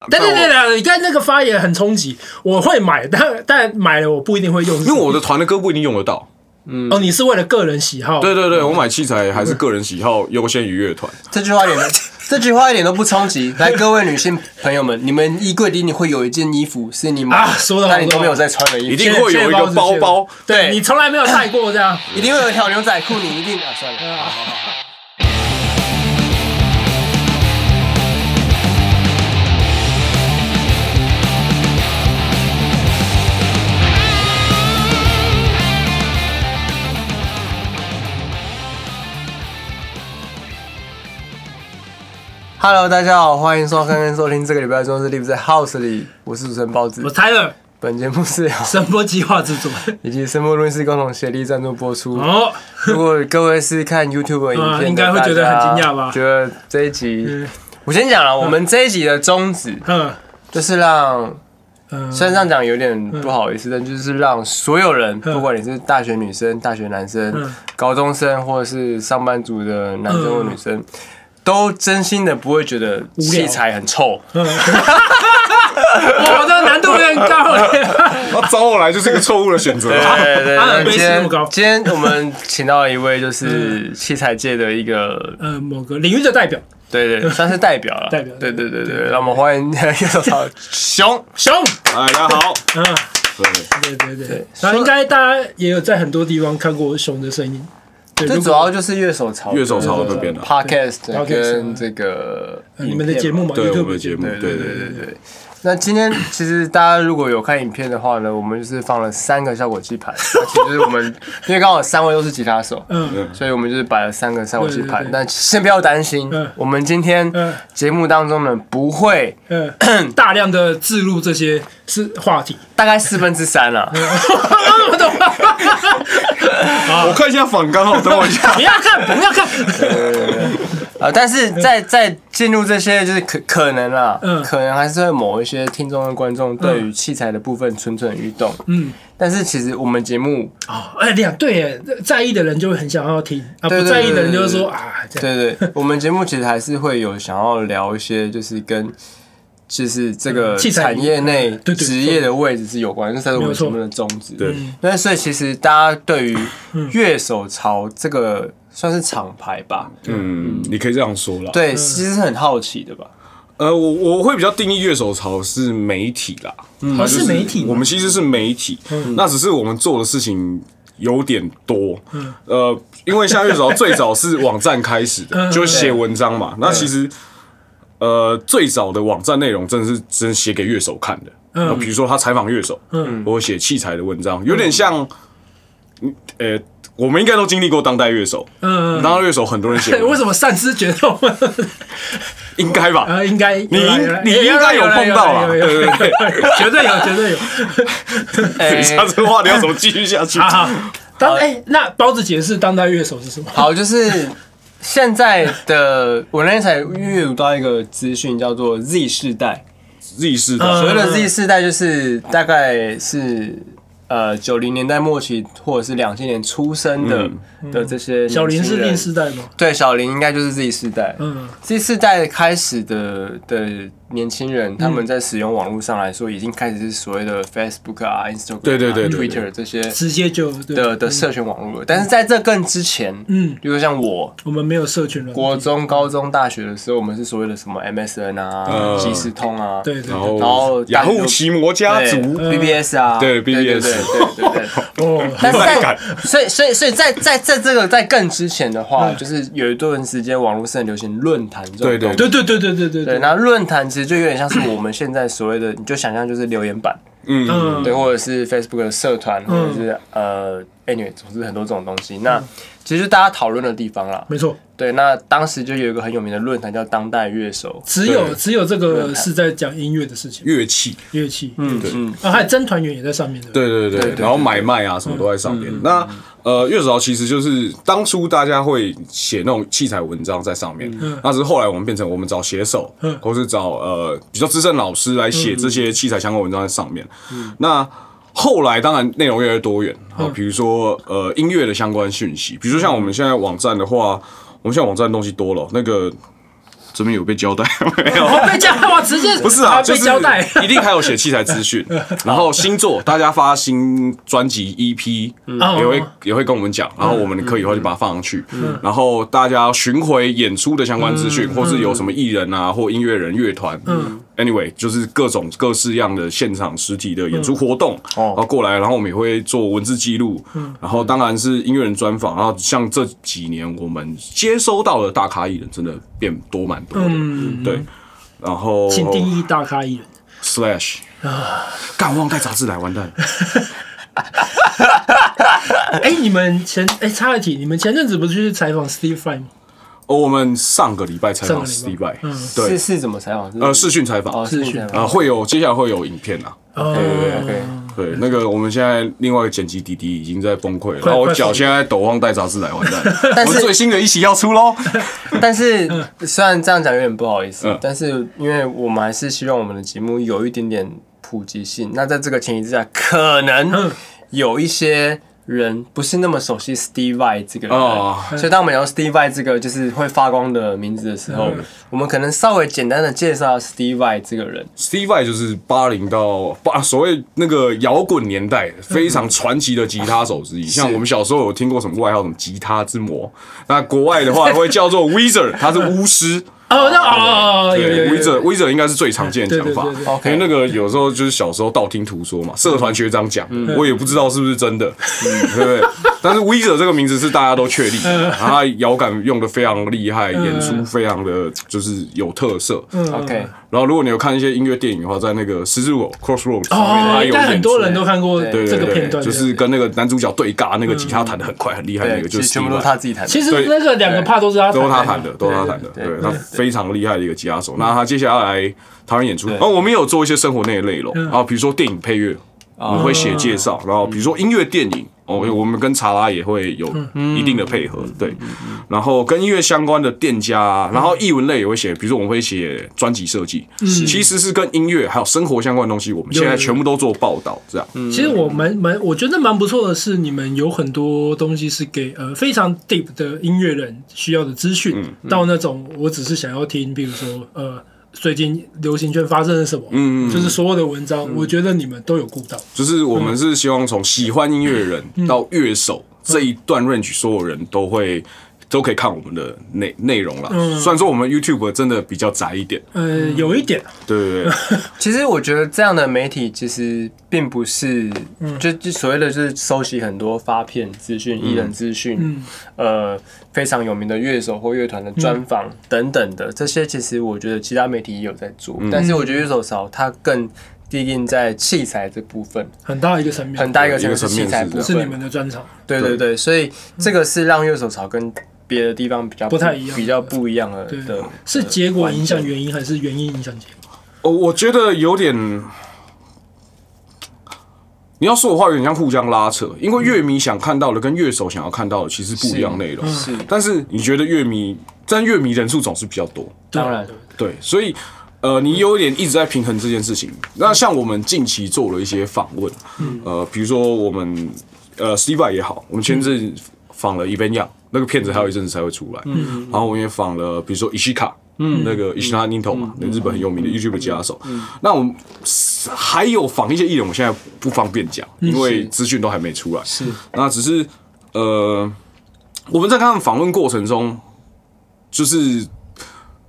啊但对对对，你刚才那个发言很冲击，我会买，但但买了我不一定会用，因为我的团的歌不一定用得到。哦，你是为了个人喜好，对对对，我买器材还是个人喜好优先于乐团。这句话一点都，这句话一点都不冲击。来，各位女性朋友们，你们衣柜里你会有一件衣服是你买的啊说得好但你都没有在穿的衣一服，定会有一个包包，对对你从来没有带过这样。一定会有一条牛仔裤，你一 定啊，算了。Hello，大家好，欢迎收看跟收听这个礼拜的中是 Live 在 House 里，我是主持人包子我。猜了，本节目是由声波计划制作。以及声波录音室共同协力赞助播出。哦，如果各位是看 YouTube 的影啊片的，应该会觉得很惊讶吧大家觉得这一集嗯，我先讲了，我们这一集的宗旨嗯就是让，嗯，虽然这样讲有点不好意思，但就是让所有人，嗯不管你是大学女生、大学男嗯生、高中生，或者是上班族的男生或女嗯生，都真心的不会觉得器材很臭。哇，这个难度有点高了。 那找我来就是一个错误的选择。对对，他很那卑今斯那么高嗯天今天我们请到一位就是器材界的一个呃，某个领域的代表，对对，算是代表了，代表对对对对，让我们 欢迎右手草熊。熊。哎，大家好，嗯，对，对对对对。那应该大家也有在很多地方看过熊的声音。对，这如主果要就是乐手潮，乐手潮那边的， podcast Podcast 跟这个呃你们的节目嘛对我，YouTube 们的节目，对对对对对对，对对。那今天其实大家如果有看影片的话呢，我们就是放了三个效果器 盘，那其实我们因为刚好三位都是吉他手。嗯，嗯所以我们就是摆了三个效果器盘对对对，但先不要担心嗯，我们今天嗯节目当中呢不会嗯， 大量的置入这些是话题。 啊大概四分之三啊了，我懂了。我看一下反刚好，等我一下。不要看，不要看。啊，但是在在进入这些就是可可能啦，嗯可能还是会某一些听众跟观众对于器材的部分蠢蠢欲动，嗯，但是其实我们节目，哦，哎，两对耶，在意的人就会很想要听啊，对不对在意的人就是对说对啊，这样。对对，我们节目其实还是会有想要聊一些就是跟。就是这个嗯器材产业内对对职业的位置是有关，这才是我没们有错嗯节目的宗旨。对，那所以其实大家对于乐手潮这个算是厂牌吧，嗯，你可以这样说啦。，嗯对，其实是很好奇的吧。呃，我我会比较定义乐手潮是媒体啦，它哦，就是媒体我吗，嗯们其实是媒体，那只是我们做的事情有点多。嗯呃，因为像月嫂最早是网站开始嗯的，就写文章嘛。那其实，呃，最早的网站内容真的是真写给乐手看的。嗯那比如说他采访乐手，嗯，或者写器材的文章，有点像，呃，我们应该都经历过当代乐手，嗯，当代乐手很多人 写文对，章，为什么善思觉得我们应该吧？呃应该你你应你应该有碰到啦，对对对。绝对有，绝对有。 哎下次话题要怎么继续下去？好好，当哎，那包子解释当代乐手是什么？好，就是现在的我那天才阅读到一个资讯，叫做 Z 世代。 Z 世代，所嗯谓的 Z 世代，就是大概是呃九零年代末期或者是两千年出生的、的这些嗯小林年轻是人另世代吗？对，小林应该就是 Z 世代。嗯 Z 世代开始的的年轻嗯人，他们在使用网络上来说，已经开始是所谓的 Facebook 啊、Instagram、啊、对对对对对 Twitter 这些直接就对的的社群网络了。但是在这更之前，嗯，比如说像我，我们没有社群了。国中、高中、大学的时候，我们是所谓的什么 MSN 啊、嗯即时通啊，对对然对，后然后雅虎奇摩家对哎族， BBS 啊，对 BBS 对对对 对。哦，但是乱在改所以所以所以在在在这个在更之前的嗯话，就是有一段时间网络是很流行论坛这种对对东西对对对对对对对，，那论坛其实就有点像是我们现在所谓的，你就想象就是留言板，嗯，嗯对，或者是 Facebook 的社团，或者是呃 anyway，总之很多这种东西。嗯那其实就大家讨论的地方啦，没错，对，那当时就有一个很有名的论坛叫当代乐手，只有对只有这个是在讲音乐的事情，乐器，乐器，嗯对嗯，啊，还有真团员也在上面的，，对对对对对，对然后买卖啊什么都在上面。那呃，乐手其实就是当初大家会写那种器材文章在上面，那只是后来我们变成我们找写手，或是找呃比较资深老师来写这些器材相关文章在上面。那后来当然内容越来越多元，好，比如说呃音乐的相关讯息，比如说像我们现在网站的话，我们现在网站的东西多了，那个这边有被交代没有？哦，被交代哇，直接 不是啊，被就是交代。 一定还有写器材资 讯，然后星座，大家发新专辑 EP 嗯也哦会也会跟我们讲，然后我们可以以后就把它放上去，嗯然后大家巡回演出的相关资讯，或是有什么艺人嗯啊或音乐人乐团，anyway 就是各种各式样的现场实体的嗯演出活动，哦然后过来，然后我们也会做文字记录，嗯然后当然是音乐人专访，然后像这几年我们接收到的大咖艺人真的变多蛮多的，对。然后，嗯请定义大咖艺人。哦 Slash 啊干忘带杂志来，完蛋！哎，你们前哎插一题，你们前阵子不是去采访 Steve Vai 吗？哦，我们上个礼拜采访上 s 个 t 礼 e 拜嗯 v 是对，是怎么采访？呃，视讯采访，哦，是是采呃，访。会有接下来会有影片啊。哦， OK，对，那个我们现在另外一个剪辑弟弟已经在崩溃了，然后我快脚现在抖忘带杂志来，完 蛋！但我是们最新的一期要出喽。但是虽然这样讲有点不好意思，嗯但是因为我们还是希望我们的节目有一点点普及性。那在这个前提之下，可嗯能有一些人不是那么熟悉 Steve Vai 这个人，哦所以当我们聊 Steve Vai 这个就是会发光的名字的时候，嗯我们可能稍微简单的介绍 Steve Vai 这个人。 Steve Vai 就是八零到八所谓那个摇滚年代非常传奇的吉他手嗯之一，像我们小时候有听过什么外号，什么吉他之魔。那国外的 话会叫做 Wizard，他是巫师。哦，那哦哦，哦有有对有有，Wizard Wizard 应该是最常见的讲法对对对。对因为那个有时候就是小时候道听途说嘛，社团学长讲，嗯我也不知道是不是真的， 对不对？但是 Wizard 这个名字是大家都确立嗯的，然后他摇杆用的非常厉害，演出非常的就是有特色。嗯 OK，然后如果你有看一些音乐电影的话，在那个十字路口 Crossroads 上面，他哦，有应该很演出。多人都看过对这个对片对，段，嗯就是跟那个男主角对尬，那个吉他弹的很快很厉害，那对，个其就是实全部 Steve 都 Vai 是他自己弹的。其实那个两个帕都是他都是他弹弹的，都是他弹的，对对对他非常厉害的一个吉他手。那他接下来台湾演出，对哦，我们也有做一些生活类的内容啊，比如说电影配乐，我们会写介绍，然后比如说音乐电影，哦，我们跟查拉也会有一定的配合，对。然后跟音乐相关的店家啊，然后译文类也会写，比如说我们会写专辑设计，其实是跟音乐还有生活相关的东西，我们现在全部都做报道，这样。其实我蛮蛮，我觉得蛮不错的是，你们有很多东西是给呃非常 deep 的音乐人需要的资讯，到那种我只是想要听，比如说呃最近流行圈发生了什么，嗯嗯嗯就是所有的文章，我觉得你们都有顾到。就是我们是希望从喜欢音乐的人到乐手这一段 range，所有人都会都可以看我们的内内容啦。虽然说我们 YouTube 真的比较窄一点，呃，有一点，对对对，其实我觉得这样的媒体其实并不是，嗯就就所谓的就是收集很多发片资讯、艺人资讯，嗯呃，非常有名的乐手或乐团的专访等等的这些，其实我觉得其他媒体也有在做，嗯但是我觉得乐手少，它更定定在器材这部分，很大一个层面，很大一个层嗯面一个层器面材是部这是你分，们的专场。对对对，所以这个是让乐手少跟别的地方比较不太一样比较不一样的对的，是结果影响原因，还是原因影响结果？ 哦，我觉得有点，你要说我话有点像互相拉扯，因为乐迷想看到的跟乐手想要看到的其实不一样内容，是但是你觉得乐迷，但乐迷人数总是比较多，对当然对对，所以呃，你有一点一直在平衡这件事情。那像我们近期做了一些访问，呃，比如说我们呃 Steve 也好，我们前阵子访了 e v a n Young，那个片子还有一阵子才会出来，然后我们也访了比如说 Ishika。嗯，那个 Ishina Nito 嘛，那日本很有名的 YouTube 吉他手。那我们还有访一些艺人，我现在不方便讲，因为资讯都还没出来。嗯是，那只是呃，我们在看访问过程中，就是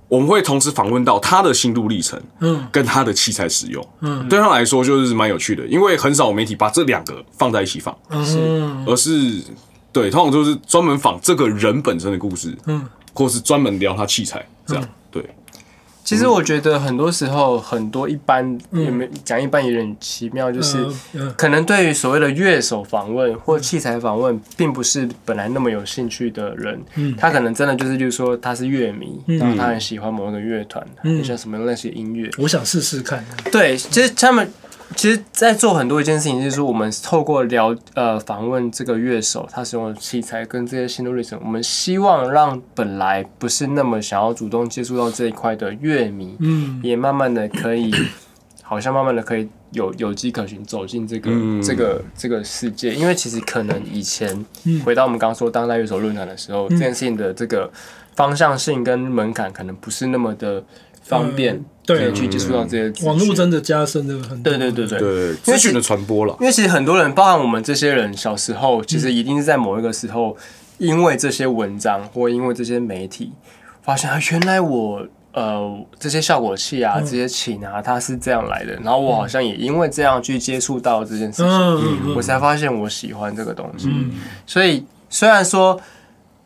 我们会同时访问到他的心路历程，嗯，跟他的器材使用，嗯，对他来说就是蛮有趣的，因为很少有媒体把这两个放在一起放，嗯，而是对，通常就是专门访这个人本身的故事，嗯，或是专门聊他器材这嗯样，对，其实我觉得很多时候，很多一般也没讲一般有点奇妙，就是嗯嗯可能对于所谓的乐手访问或器材访问，并不是本来那么有兴趣的人，他可能真的就是，就是说他是乐迷，然后他很喜欢某一个乐团，很喜欢什么那些音乐，我想试试看。对，其实他们其实，在做很多一件事情，就是说我们透过聊呃访问这个乐手，他使用的器材跟这些心路历程，我们希望让本来不是那么想要主动接触到这一块的乐迷，嗯，也慢慢的可以。好像慢慢的可以有有迹可循走进这个、这个这个世界，因为其实可能以前嗯回到我们刚刚说当代乐手论坛的时候，这件事情的这个方向性跟门槛可能不是那么的方便嗯，对可以去接触到这些资网络讯真的加深了很多。对对对对对资讯的传播了，因为其实很多人，包含我们这些人，小时候其嗯实一定是在某一个时候，因为这些文章或因为这些媒体，发现啊，原来我呃这些效果器嗯啊、这些琴啊，它是这样来的。然后我好像也因为这样去接触到这件事情，嗯嗯嗯我才发现我喜欢这个东西。所以虽然说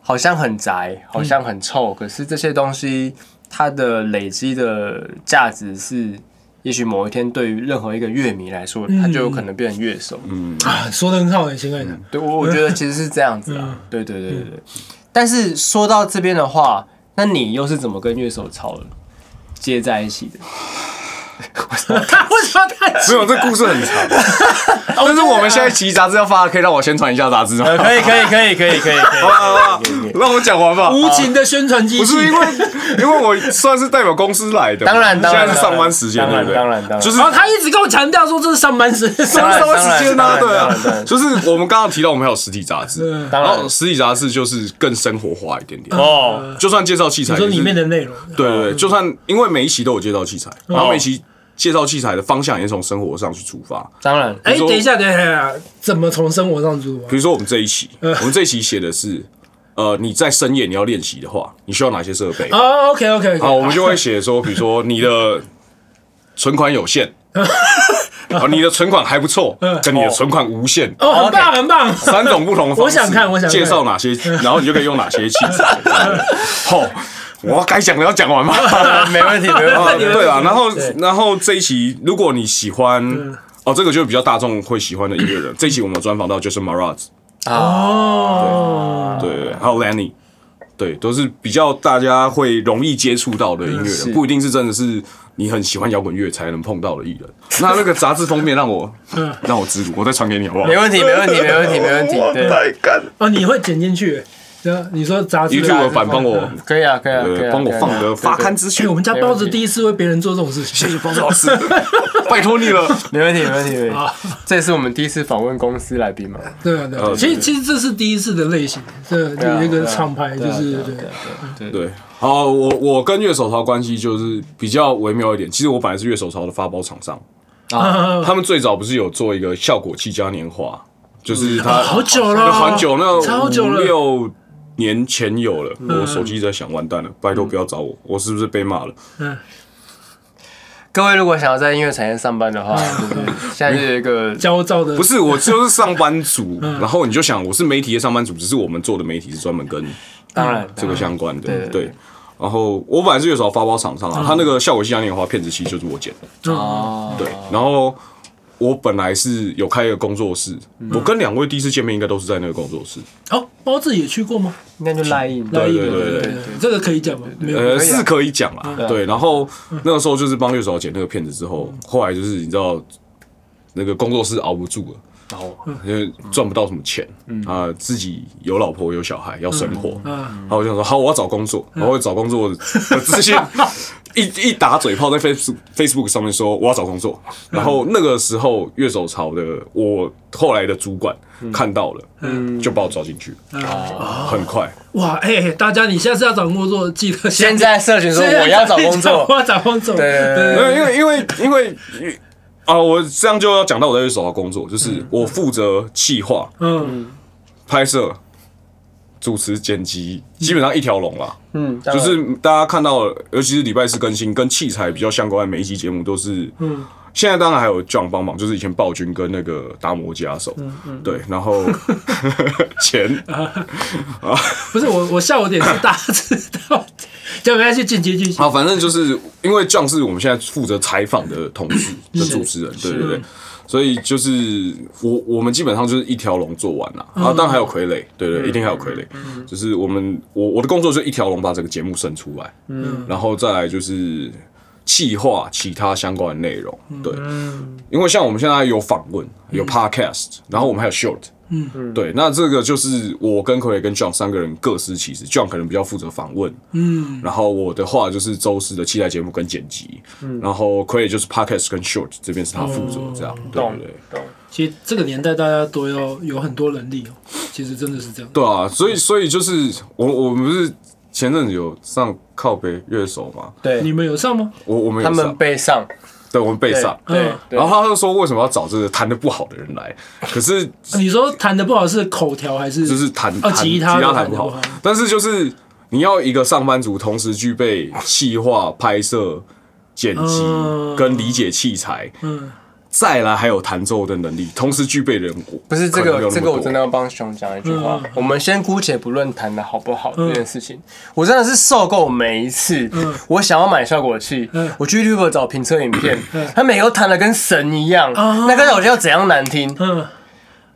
好像很宅，好像嗯很臭，可是这些东西它的累积的价值是。也许某一天，对于任何一个乐迷来说，他嗯就有可能变成乐手。啊，说的很好，很亲爱的。对，我我 觉得其实是这样子啊。对对对对对。但是说到这边的话，那你又是怎么跟乐手吵接在一起的？他为什么太没有这故事很长， 但是我们现在其实杂志要发了，可以让我宣传一下杂志吗？呃可以可以可以可以可以可以。啊， 让我讲完吧。无情的宣传哦机不器？是因为，因为我算是代表公司来的嘛，当然当然现在是上班时间，当对然不对？当然当然就是然后哦他一直跟我强调说这是上班时间， 上然班时间啊，当对然当然当啊，然就是我们刚刚提到我们还有实体杂志嗯，当然然后实体杂志就是更生活化一点点。哦，就算介绍器材，你说也是里面的哦内容。对对对，就算因为每一期都有介绍器材，然后每一期介绍器材的方向也是从生活上去出发。当然哎，比如说等一下，等一下，怎么从生活上入啊比？如说我们这一期，嗯我们这一期写的是，呃，你在深夜你要练习的话，你需要哪些设备？哦，OK，OK，好，好我们就会写说，比如说你的存款有 限，啊，你的存款还不错，嗯跟你的存款无限，哦，很棒，很棒。三种不同的方式。我想看我想看介绍哪些，然后你就可以用哪些器材。好，我该讲的要讲完吗？没问题没啊问题。对啊，然后对然后这一期，如果你喜欢。哦，这个就是比较大众会喜欢的音乐人。这一期我们有专访到就是 Maraz，哦，对对对，还有 Lenny，对，都是比较大家会容易接触到的音乐是人，不一定是真的是你很喜欢摇滚乐才能碰到的艺人。那那个杂志封面让我让我知足，我再传给你好不好没问题没问题没问题没问题。对，哦，你会剪进去？对啊你说杂志？YouTube 版帮我可以啊可以啊可以呃啊。帮我放的发刊资哎，讯 我，们家包子第一次为别人做这种事情，包子老师，拜托你了。没问题没问题没问题。这也是我们第一次访问公司来宾嘛？ 对啊，对啊。呃其实其实这是第一次的类型，这啊有一个厂牌就是啊对啊对，对对。 对，啊好，我我跟乐手潮关系就是比较微妙一点。其实我本来是乐手潮的发包厂商，啊，他们最早不是有做一个效果器嘉年华，就是他、嗯哦好久了，那很久，那超久了嗯五六年前有了。我手机在响，完蛋了，拜托不要找我，我是不是被骂了？嗯各位如果想要在音乐产业上班的话，就是现在就有一个焦躁的不是，我就是上班族。嗯然后你就想，我是媒体的上班族，只是我们做的媒体是专门跟当然这个相关的。对对嗯对，然后我本来是乐手潮发包厂商啊，他那个效果器嘉年华片子期就是我剪的。嗯哦，对，然后我本来是有开一个工作室，嗯我跟两位第一次见面应该都是在那个工作室，哦，包子也去过吗？应该就赖硬。来对一对对对对对，这个可以讲吗？没有，呃，可以啊是可以讲啦。对，然后那个时候就是帮乐手剪那个片子之后，嗯后来就是你知道那个工作室熬不住了。然后因为赚不到什么钱，啊，自己有老婆有小孩要生活，嗯然后我就想说好，我要找工作，然后找工作的自 信一一打嘴炮在 Facebook Facebook 上面说我要找工作，嗯然后那个时候乐手潮的我后来的主管嗯看到了，就把我招进去，啊哦很快，哇，哎，大家你下次要找工作，记得 现在社群说现在我要找 工我作，要找工作，对对对因为因为因为因为啊，我这样就要讲到我在乐手潮工作，就是我负责企划、嗯，拍摄、主持、剪辑，基本上一条龙啦。嗯，就就是大家看到，尤其是礼拜四更新，跟器材比较相关的每一期节目都是，嗯，现在当然还有 John 帮忙，就是以前暴君跟那个达摩家手，嗯嗯，对，然后 钱不是我，我笑我点是大家知道， 就不要去进阶剧情，啊，反正就是因为 John 是我们现在负责采访的同事的主持人，对对对，所以就是我我们基本上就是一条龙做完了，啊，当然还有傀儡，对对，一定还有傀儡，就是我们我我的工作就一条龙把整个节目生出来，嗯，然后再来就是企划其他相关的内容，对，因为像我们现在有访问，有 podcast，然后我们还有 short，嗯，对，那这个就是我跟傀儡跟 John 三个人各司其职，John 可能比较负责访问，嗯，然后我的话就是周四的期待节目跟剪辑，嗯然后傀儡就是 Podcast 跟 Short 这边是他负责这样，对懂不对？懂。其实这个年代大家都要有很多能力哦，其实真的是这样。对啊，所以所以就是我我们不是前阵子有上靠北乐手嘛，你对，们有上吗？我我们他有们上，背上，对，我们被对上。对嗯对然，后他就说为什么要找这个弹的不好的人来？可是啊你说弹的不好是口条还是？就是弹哦弹吉他都弹弹得不不好好，但是就是你要一个上班族，同时具备企划、拍摄、剪辑嗯跟理解器材，嗯，再来还有弹奏的能力，同时具备人物。不是这可能没个，有那这么个我多真的要帮熊讲一句话嗯嗯。我们先姑且不论弹的好不好这件事情，我真的是受够每一次，我想要买效果器嗯，我去 YouTube 找评测影片，他每个都弹的跟神一样，那个我就要怎样难听，嗯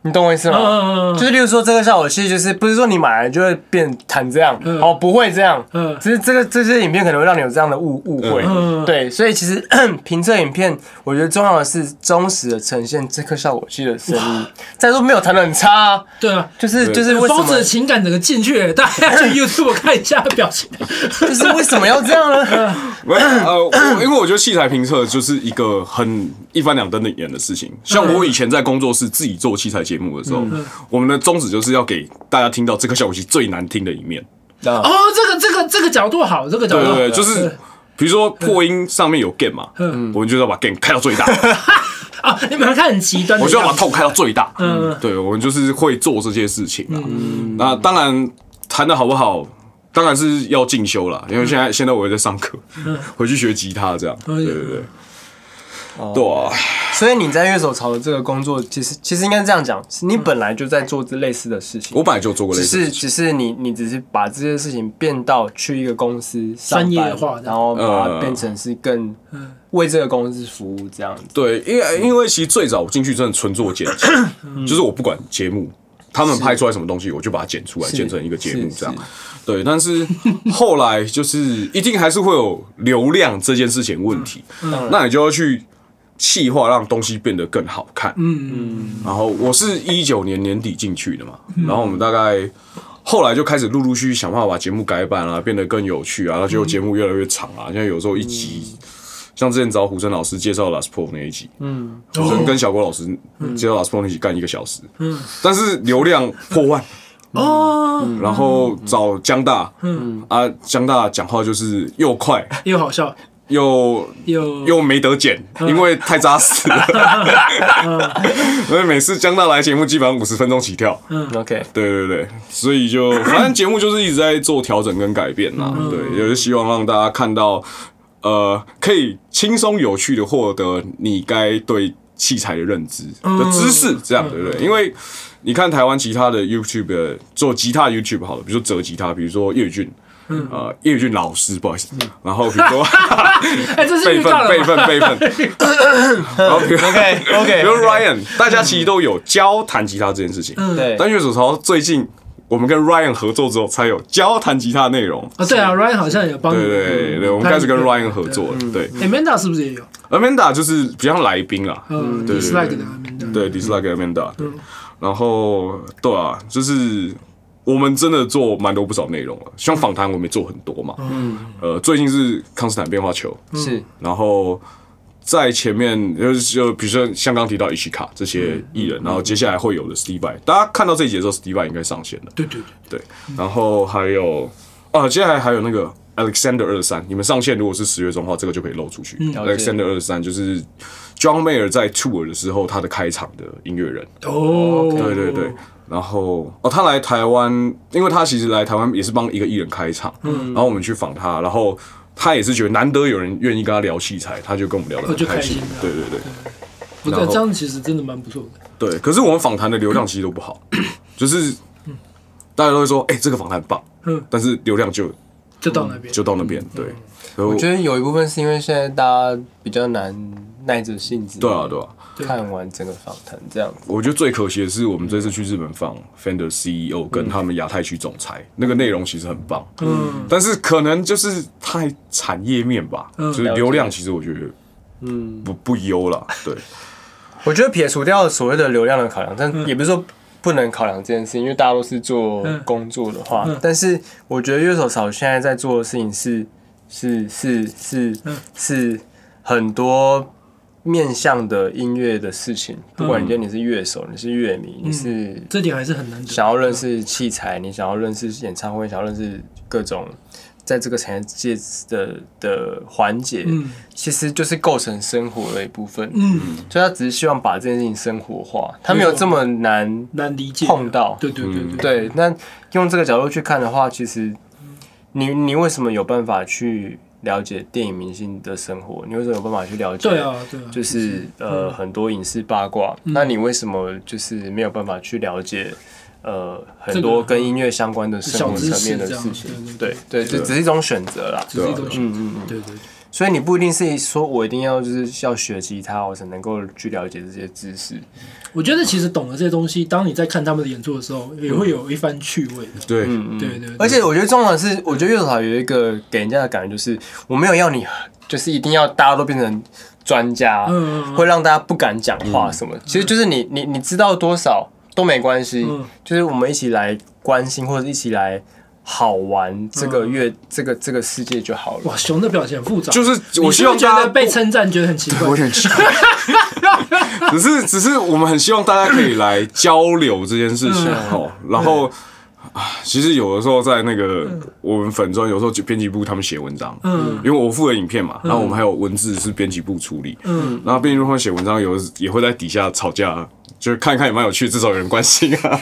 你懂我意思嗯嗯嗯吗？就是例如说这个效果器，就是不是说你买了就会变弹这样，哦，不会这样嗯，只是这个这些影片可能会让你有这样的误误会嗯嗯嗯，对，所以其实 评测影片，我觉得重要的是忠实的呈现这颗效果器的声音，再说没有弹的很差啊，对啊。就是就是为什包么子的情感整个进去了，大家去 YouTube 看一下表情。哦就是为什么要这样嗯呢？没有呃，我因为我觉得器材评测就是一个很一翻两瞪眼的事情。嗯像我以前在工作室自己做器材节目的时候，我们的宗旨就是要给大家听到这颗效果器最难听的一面。哦，这个这个这个角度好，这个角对度好对对，就是比如说破音上面有 gain 嘛，我们就要把 gain 开到最大， 啊，你们看很极端的我样子，就要把痛开到最大。嗯对，我们就是会做这些事情啊。那当然弹的好不好，当然是要进修啦，因为现在现在我也在上课，回去学吉他这样。对对对。对啊， 所以你在乐手潮的这个工作，其实其实应该这样讲，是你本来就在做这类似的事情我。本来就做过类只似的是事情，只是你你只是把这些事情变到去一个公司上专班业化的嗯然后把它呃变成是更为这个公司服务这样子。对，因为因为其实最早我进去真的纯做剪辑，嗯就是我不管节目，他们拍出来什么东西，我就把它剪出来，是剪成一个节目这样是是。对，但是后来就是一定还是会有流量这件事情问题，嗯那你就要去细化让东西变得更好看。嗯嗯。然后我是一九年年底进去的嘛，然后我们大概。后来就开始陆陆续续想办法把节目改版啊，变得更有趣啊，然后结果节目越来越长啊，现在有时候一集，像之前找虎生老师介绍 Last Pro 那一集，我跟跟小郭老师接到 l a s p o n 一起干一个小时，嗯，但是流量破万，哦，然后找江大，嗯啊，江大讲话就是又快又好笑又又又没得剪，嗯因为太扎实了， 所以每次江大来节目基本上五十分钟起跳，嗯 OK，对对对，所以就反正节目就是一直在做调整跟改变嗯啦，对，也是希望让大家看到，呃，可以轻松有趣的获得你该对器材的认知嗯的知识，这样对不对？因为你看台湾其他的 YouTube 的做吉他 YouTube 好了，比如说折吉他，比如说叶宇俊。嗯呃，叶宇俊老师，不好意思，然后比如说哎，嗯 这 是备预份、告了备吗？份、备份，然后比如 OK 比 OK，如 Ryan，大嗯家其实都有教弹吉他这件事情，对，但乐手潮最近我们跟 Ryan 合作之后，才有教弹吉他的内容。啊，对啊，Ryan 好像有帮你，哎对对嗯对对，我们开始跟 Ryan 合作了。对 Amanda 是不是也有？ ，Amanda 就是比较像来宾啦，嗯对对，Dislike 的 Amanda，嗯对，Dislike Amanda。对，然后对啊，就是我们真的做蛮多不少内容了，像访谈我们也做很多嘛。嗯，呃，最近是康斯坦变化球，嗯是然后在前面就是就比如说像刚提到伊西卡这些艺嗯人，然后接下来会有的 Steve Vai，大家看到这一集的时候，Steve Vai 应该上线了。对对对，对，嗯然后还有啊，接下来还有那个 Alexander 二三，你们上线如果是十月中的话，这个就可以露出去。嗯了解 Alexander 二三就是 John Mayer 在 tour 的时候他的开场的音乐人，哦，对对对。然后哦，他来台湾，因为他其实来台湾也是帮一个艺人开场，嗯然后我们去访他，然后他也是觉得难得有人愿意跟他聊器材，他就跟我们聊得哦我就很开开心了对对对。不对，然后这样其实真的蛮不错的。对，可是我们访谈的流量其实都不好， 就是大家都会说，哎、这个访谈棒，嗯嗯但是流量就就到那边，嗯就到那边，对。所以我我觉得有一部分是因为现在大家比较难耐着性子，对啊，对啊，看完整个访谈这样子，我觉得最可惜的是，我们这次去日本放 Fender CEO 嗯跟他们亚太区总裁，那个内容其实很棒，嗯，但是可能就是太产业面吧，就是流量其实我觉得，嗯嗯，不不优啦，对， 嗯我觉得撇除掉所谓的流量的考量，但也不是说不能考量这件事情，因为大家都是做工作的话。但是我觉得乐手潮现在在做的事情是是是是是很多面向的音乐的事情，不管你今天你是乐手，你是乐迷，你是这点还是很难想要认识器材，你想要认识演唱会，想要认识各种。在这个产业界的的环节，嗯、其实就是构成生活的一部分。嗯，所以他只是希望把这件事情生活化，他没有这么难难理解碰到。对对嗯对对。对，那用这个角度去看的话，其实你你为什么有办法去了解电影明星的生活？你为什么有办法去了解？对啊，对啊。就是呃，很多影视八卦，嗯、那你为什么就是没有办法去了解？呃，很多跟音乐相关的生活层面的事情，对对，这只是一种选择啦，只是一啊种选择，嗯嗯，对对。所以你不一定是说我一定要就是要学吉他，我才能够去了解这些知识。我觉得其实懂了这些东西，当你在看他们的演出的时候，也会有一番趣味的。对对对。而且我觉得重要的是，我觉得乐手好有一个给人家的感觉就是，我没有要你就是一定要大家都变成专家，嗯会让大家不敢讲话什么。其实就是你你你知道多少。都没关系，嗯、就是我们一起来关心或者一起来好玩这个月、嗯、这个这个世界就好了。哇，熊的表情很复杂，就是我希望大家被称赞觉得很奇怪，我很奇怪。只是只是我们很希望大家可以来交流这件事情哦，嗯、然后。啊，其实有的时候在那个我们粉专，有时候就编辑部他们写文章，嗯，因为我负责影片嘛，然后我们还有文字是编辑部处理，嗯，然后编辑部他们写文章有也会在底下吵架，就是看看也蛮有趣，至少有人关心 啊。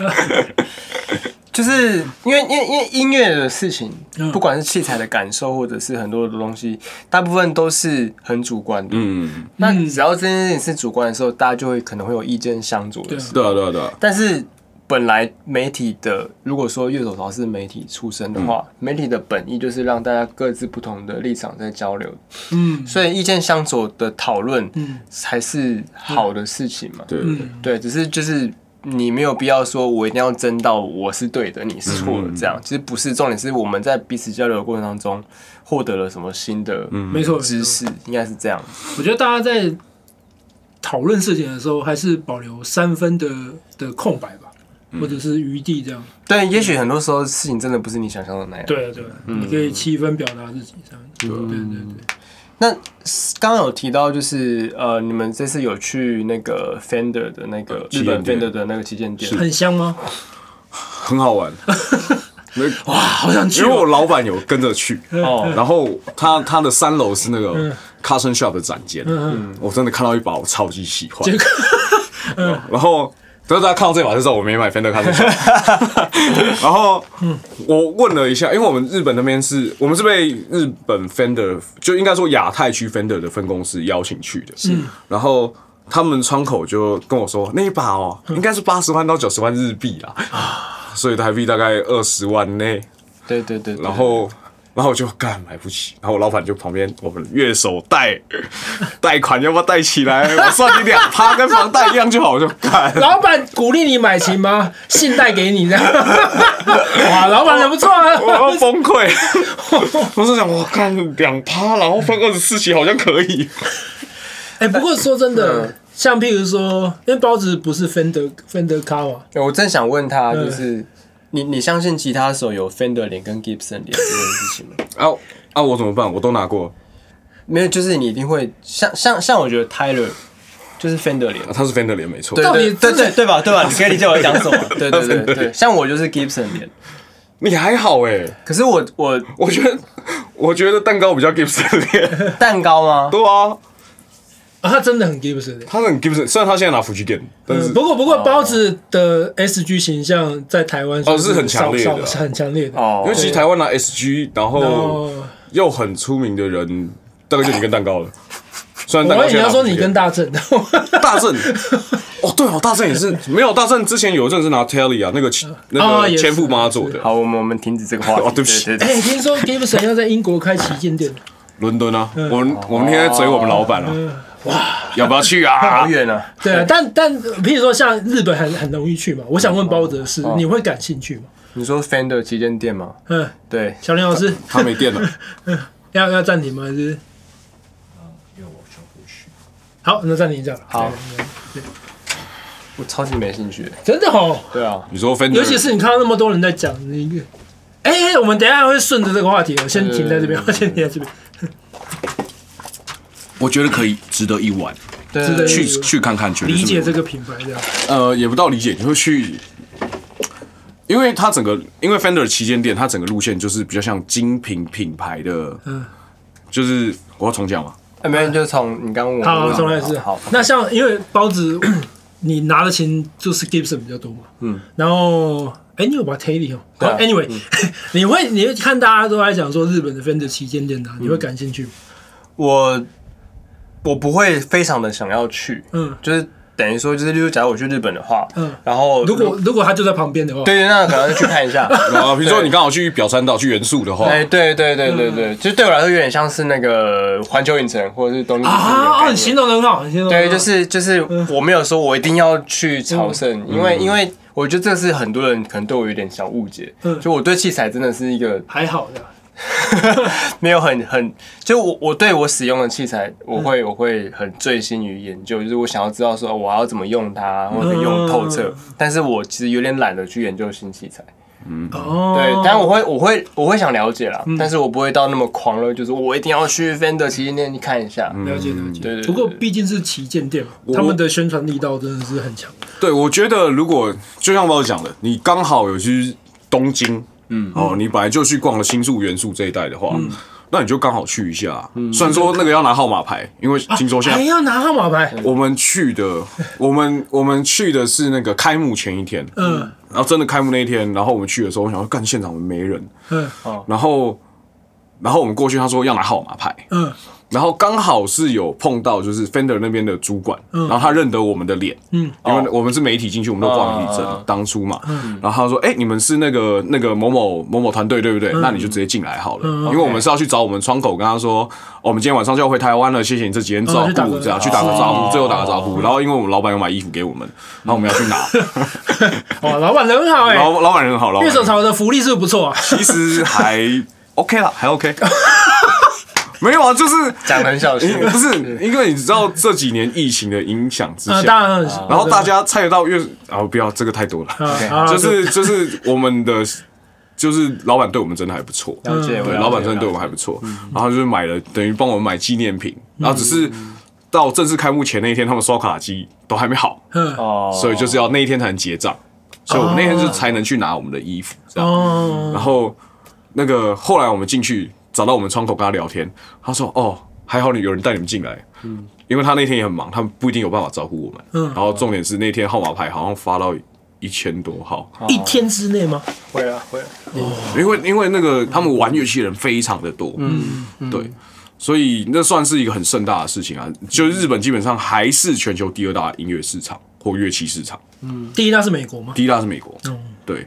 就是因为因为因为音乐的事情，不管是器材的感受，或者是很多的东西，大部分都是很主观的。嗯，那只要这件事情是主观的时候，大家就会可能会有意见相左的。对啊，对啊，对啊。但是。本来媒体的，如果说乐手潮是媒体出身的话，嗯、媒体的本意就是让大家各自不同的立场在交流，嗯，所以意见相左的讨论，嗯，才是好的事情嘛，对、嗯、对，只是就是你没有必要说我一定要争到我是对的，你是错的，这样、嗯、其实不是重点，是我们在彼此交流的过程当中获得了什么新的，嗯，没错，知识应该是这样。我觉得大家在讨论事情的时候，还是保留三分的的空白吧。嗯或者是余地这样，对，也许很多时候事情真的不是你想象的那样。对对，嗯你可以七分表达自己这样。对对对。那刚刚有提到，就是呃，你们这次有去那个 Fender 的那呃个日本 Fender 的那个旗舰店，很香吗？很好 玩。哇，好想去！因为我老板有跟着去嗯哦，然后他他的三楼是那个 Custom Shop 的展间，我真的看到一把我超级喜欢， 然后。所以大家看到这把就知道我没买 Fender 卡然后我问了一下，因为我们日本那边是我们是被日本 Fender 就应该说亚太区 Fender 的分公司邀请去的，是。然后他们窗口就跟我说，那一把哦、喔，应该是八十万到九十万日币啦，所以台币大概二十万内。对对对,對。然后。然后我就干买不起，然后我老板就旁边我们乐手贷 贷款要不要贷起来？我算你两趴跟房贷一样就好，我就 干。老板鼓励你买琴吗？信贷给你 这样。哇，老板很不错啊！我要崩溃。 我是想，我干两趴，然后分二十四期好像可以。哎、欸，不过说真嗯的，像譬如说，因为包子不是分德分德卡嘛、欸，我正想问他，就是。嗯你你相信吉他手有 Fender 脸跟 Gibson 脸这件事情吗？ 啊啊！我怎么办？我都拿过，没有，就是你一定会像像像我觉得 Tyler 就是 Fender 脸、啊，他是 Fender 脸没错。对对对对对吧？对吧？你可以理解我讲什么？对对对 对，像我就是 Gibson 脸，你还好哎、欸。可是我我我觉得我觉得蛋糕比较 Gibson 脸，蛋糕吗？对啊。啊，他真的很 Gibson，他很 Gibson。虽然他现在拿 Fuji Gen，但是、嗯、呃不过不过包子的 SG 形象在台湾哦是很强烈的、啊，很强烈的。哦，因为其实台湾拿 SG，然后又很出名的人，大概就你跟蛋 糕了。虽然蛋糕你要说你跟大正，大正 哦对哦，大正也是没有大正之前有一阵是拿 Telly 啊那个呃那哦个前驸妈做的。 好，我们我们停止这个话题。哦，对不起。 哎，听说 Gibson 要在英国开旗舰店，伦敦啊，嗯我们我们天在追我们老板啊。哇，要不要去啊？好远啊！对哦啊，但但譬如说像日本很很容易去嘛。我想问包子的是，哦你会感兴趣吗？你说 Fender 旗舰店吗？嗯，对。小林老师，他没电了。嗯，要要暂停吗？还是？嗯因为我全部去。好，那暂停一下。好。我超级没兴趣。真的哦，对啊，你说 Fender， 尤其是你看到那么多人在讲，你哎、哎我们等一下会顺着这个话题，我先停在这边，我先停在这边。我觉得可以值得一玩，对啊值得去嗯去看看，绝对理是没解有这个品牌这样，呃，也不到理解，你会去，因为它整个，因为 Fender 旗舰店，它整个路线就是比较像精品品牌的，嗯就是我要重讲嘛，哎，没有，就从你刚问我的问好，题，重来一次。好，那像因为包子， 你拿的琴就是 Gibson 比较多嘛，嗯，然后哎、你有把 Taylor 哦，对好啊，Anyway，你 会你会看大家都在讲说日本的 Fender 旗舰店嗯的啊，你会感兴趣吗？我我不会非常的想要去，嗯就是等于说，就是例如假如我去日本的话，嗯然后如果如果他就在旁边的话，哦对对，那可能去看一下。 啊，比如说对你刚好去表参道去元素的话，哎，对对对对嗯对，就对我来说有点像是那个环球影城或者是东京迪士尼的概啊，哦，念你形容的很好，你形容得很对，好就是就是嗯我没有说我一定要去朝圣，因为因为我觉得这是很多人可能对我有点小误解，嗯就我对器材真的是一个 还好的，没有很很，就我我对我使用的器材，我嗯会我会很醉心于研究，就是我想要知道说我要怎么用它，嗯或者用透彻，但是我其实有点懒得去研究新器材。哦，嗯嗯对，但我会我会我会想了解啦，但是我不会到那么狂热，就是我一定要去 Fender 旗舰店去看一下。了解了解，对对对不过毕竟是旗舰店嘛，他们的宣传力道真的是很强。对，我觉得如果就像包子讲的，你刚好有去东京，嗯，哦，你本来就去逛了新宿、元素这一带的话，那你就刚好去一下。虽然说那个要拿号码牌，因为听说现还在要拿号码牌，我们去的，我们我们去的是那个开幕前一天，嗯然后真的开幕那一天，然后我们去的时候，我想说干现场没人，嗯然后然后我们过去，他说要拿号码牌， 嗯然后刚好是有碰到就是 Fender 那边的主管，然后他认得我们的脸，嗯，因为我们是媒体进去，我们都逛了一整、哦当初嘛，然后他说，哎、你们是那个那个某某某某团队对不对？那你就直接进来好了，因为我们是要去找我们窗口，跟他说，哦，我们今天晚上就要回台湾了，谢谢你这几天照哦去打顾，个这样去打个招呼，最后打个招呼，然后因为我们老板有买衣服给我们，然后我们要去拿，哇，老板人很好哎，老老板人很好，老板乐人手潮的福利是不是不错啊，其实还 OK 啦，还 OK。没有啊，就是讲得很小心你不是因为你知道这几年疫情的影响之嗯，啊下，当然，然后大家猜得到越啊不要这个太多了，啊，就是就是我们的就是老板对我们真的还不错，了解，我对，了解嗯老板真的对我们还不错，然后就是买了等于帮我们买纪念品，然后只是到正式开幕前那一天，他们刷卡机都还没好，嗯哦，所以就是要那一天才能结账，所以我们那天就才能去拿我们的衣服，这样。哦，然后那个后来我们进去找到我们窗口跟他聊天，他说：“哦，还好你有人带你们进来，嗯，因为他那天也很忙，他们不一定有办法招呼我们。嗯然后重点是那天号码牌好像发到一千多号，一天之内吗？会啊会啊，因为因为那个他们玩乐器的人非常的多，嗯，对。”所以那算是一个很盛大的事情啊！就是日本基本上还是全球第二大音乐市场或乐器市场，第一大是美国吗？第一大是美国，对，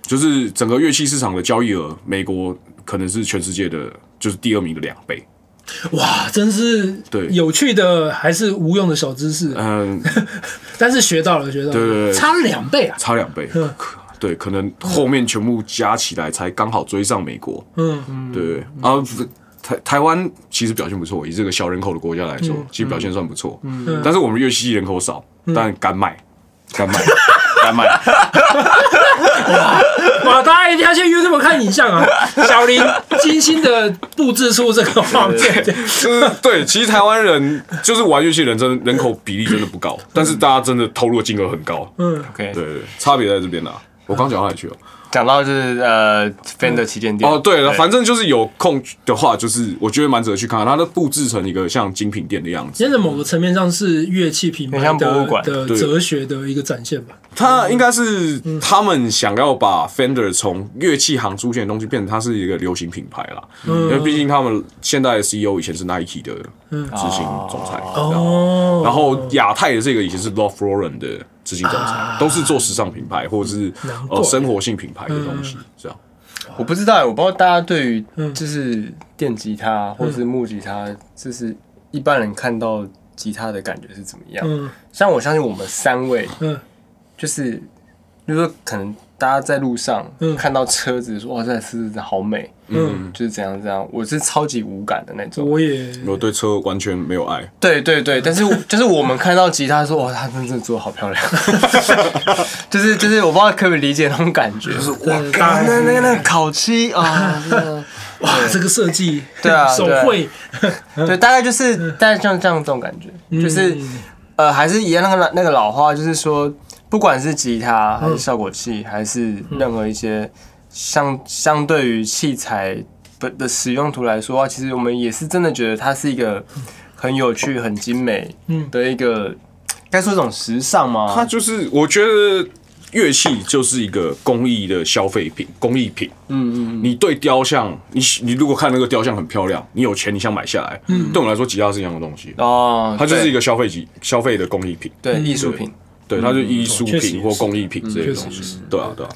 就是整个乐器市场的交易额，美国可能是全世界的就是第二名的两倍。哇，真是对有趣的还是无用的小知识， 嗯，但是学到了，学到了，对对对差两倍啊，差两倍，可对，可能后面全部加起来才刚好追上美国，嗯，对，然后台台湾其实表现不错，以这个小人口的国家来说，其实表现算不错，嗯，但是我们乐器人口少，但敢买，敢 买，敢买， 哇，大家一定要去 YouTube 看影像 啊，小林精心的布置出这个画面，就是对，其实台湾人就是玩乐器的人真的人口比例真的不高，但是大家真的投入的金额很高， OK，对，对，差别在这边啦。我刚讲到哪里 去了？讲到就是呃 Fender 旗舰店哦，对了，反正就是有空的话，就是我觉得蛮值得去看啊看，它都布置成一个像精品店的样子。真的某个层面上是乐器品牌很像的博物馆的对哲学的一个展现吧。它应该是嗯他们想要把 Fender 从乐器行出现的东西变成它是一个流行品牌啦，嗯因为毕竟他们现在的 CEO 以前是 Nike 的执行总裁，嗯哦，然后亚太的这个以前是 Love Florin 的执行总裁，都是做时尚品牌或者是啊难怪嗯呃生活性品牌的东西，这样。我不知道欸，我不知道大家对于就是嗯电吉他或是木吉他，就是一般人看到吉他的感觉是怎么样？嗯像我相信我们三位，嗯就是就是说可能大家在路上嗯看到车子说哇，这台车子好美，嗯，就是怎样怎样，我是超级无感的那种。我也我对车完全没有爱，对对对，但是 就是我们看到吉他说哇，他真的做的好漂亮， 就是就是我不知道可不可以理解那种感觉，就是哇，对大那家那那个烤漆啊，真的哇，这个设计，对啊手对啊绘，对，大概就是大概像这样这种感觉，嗯就是呃，还是一样那个那个老话，就是说，不管是吉他还是效果器，还是任何一些相相对于器材的的使用途来说啊，其实我们也是真的觉得它是一个很有趣、很精美嗯的一个，该说一种时尚啊它吗？就是我觉得乐器就是一个工艺的消费品，工艺品。嗯嗯，你对雕像，你你如果看那个雕像很漂亮，你有钱你想买下来，嗯对我们来说吉他是一样的东西，哦，它就是一个消费级消费的工艺品，对对艺术品。对，它就艺术确实品或工艺品这些确实东是西，对啊对啊，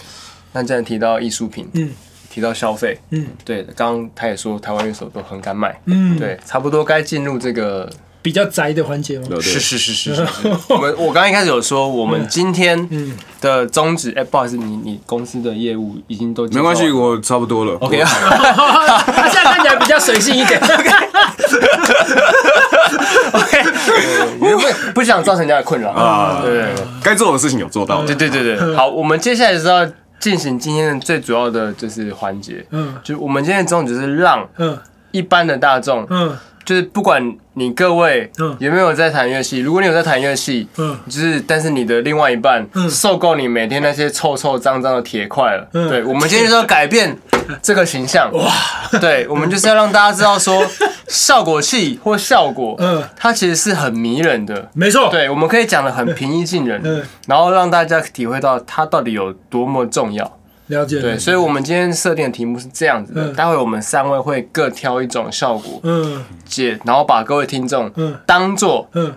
那既然提到艺术品，嗯，提到消费，嗯，对，刚刚他也说台湾乐手都很敢买，嗯，对，差不多该进入这个比较宅的环节吗？哦哦对啊是对，是是是是。是 我们我刚刚一开始有说，我们今天嗯的宗旨，哎，不好意思，你你公司的业务已经都没关系，介绍完我差不多了。 OK 我 他现在看起来比较随性一点。 OK，原本不想造成人家的困扰啊，啊对对对该做的事情有做到，对对对对。好，我们接下来就是要进行今天的最主要的就是环节， 嗯就我们今天的宗旨是让嗯一般的大众，嗯就是不管你各位嗯有没有在弹乐器，如果你有在弹乐器，嗯就是但是你的另外一半嗯受够你每天那些臭臭脏脏的铁块了，嗯对我们今天就是要改 变这个形象，哇，对我们就是要让大家知 道说效果器或效果，嗯它其实是很迷人的。没错。对，我们可以讲的很平易近人，嗯然后让大家体会到它到底有多么重要。了解。对，所以，我们今天设定的题目是这样子的，嗯待会我们三位会各挑一种效果，嗯解，然后把各位听众嗯当做嗯，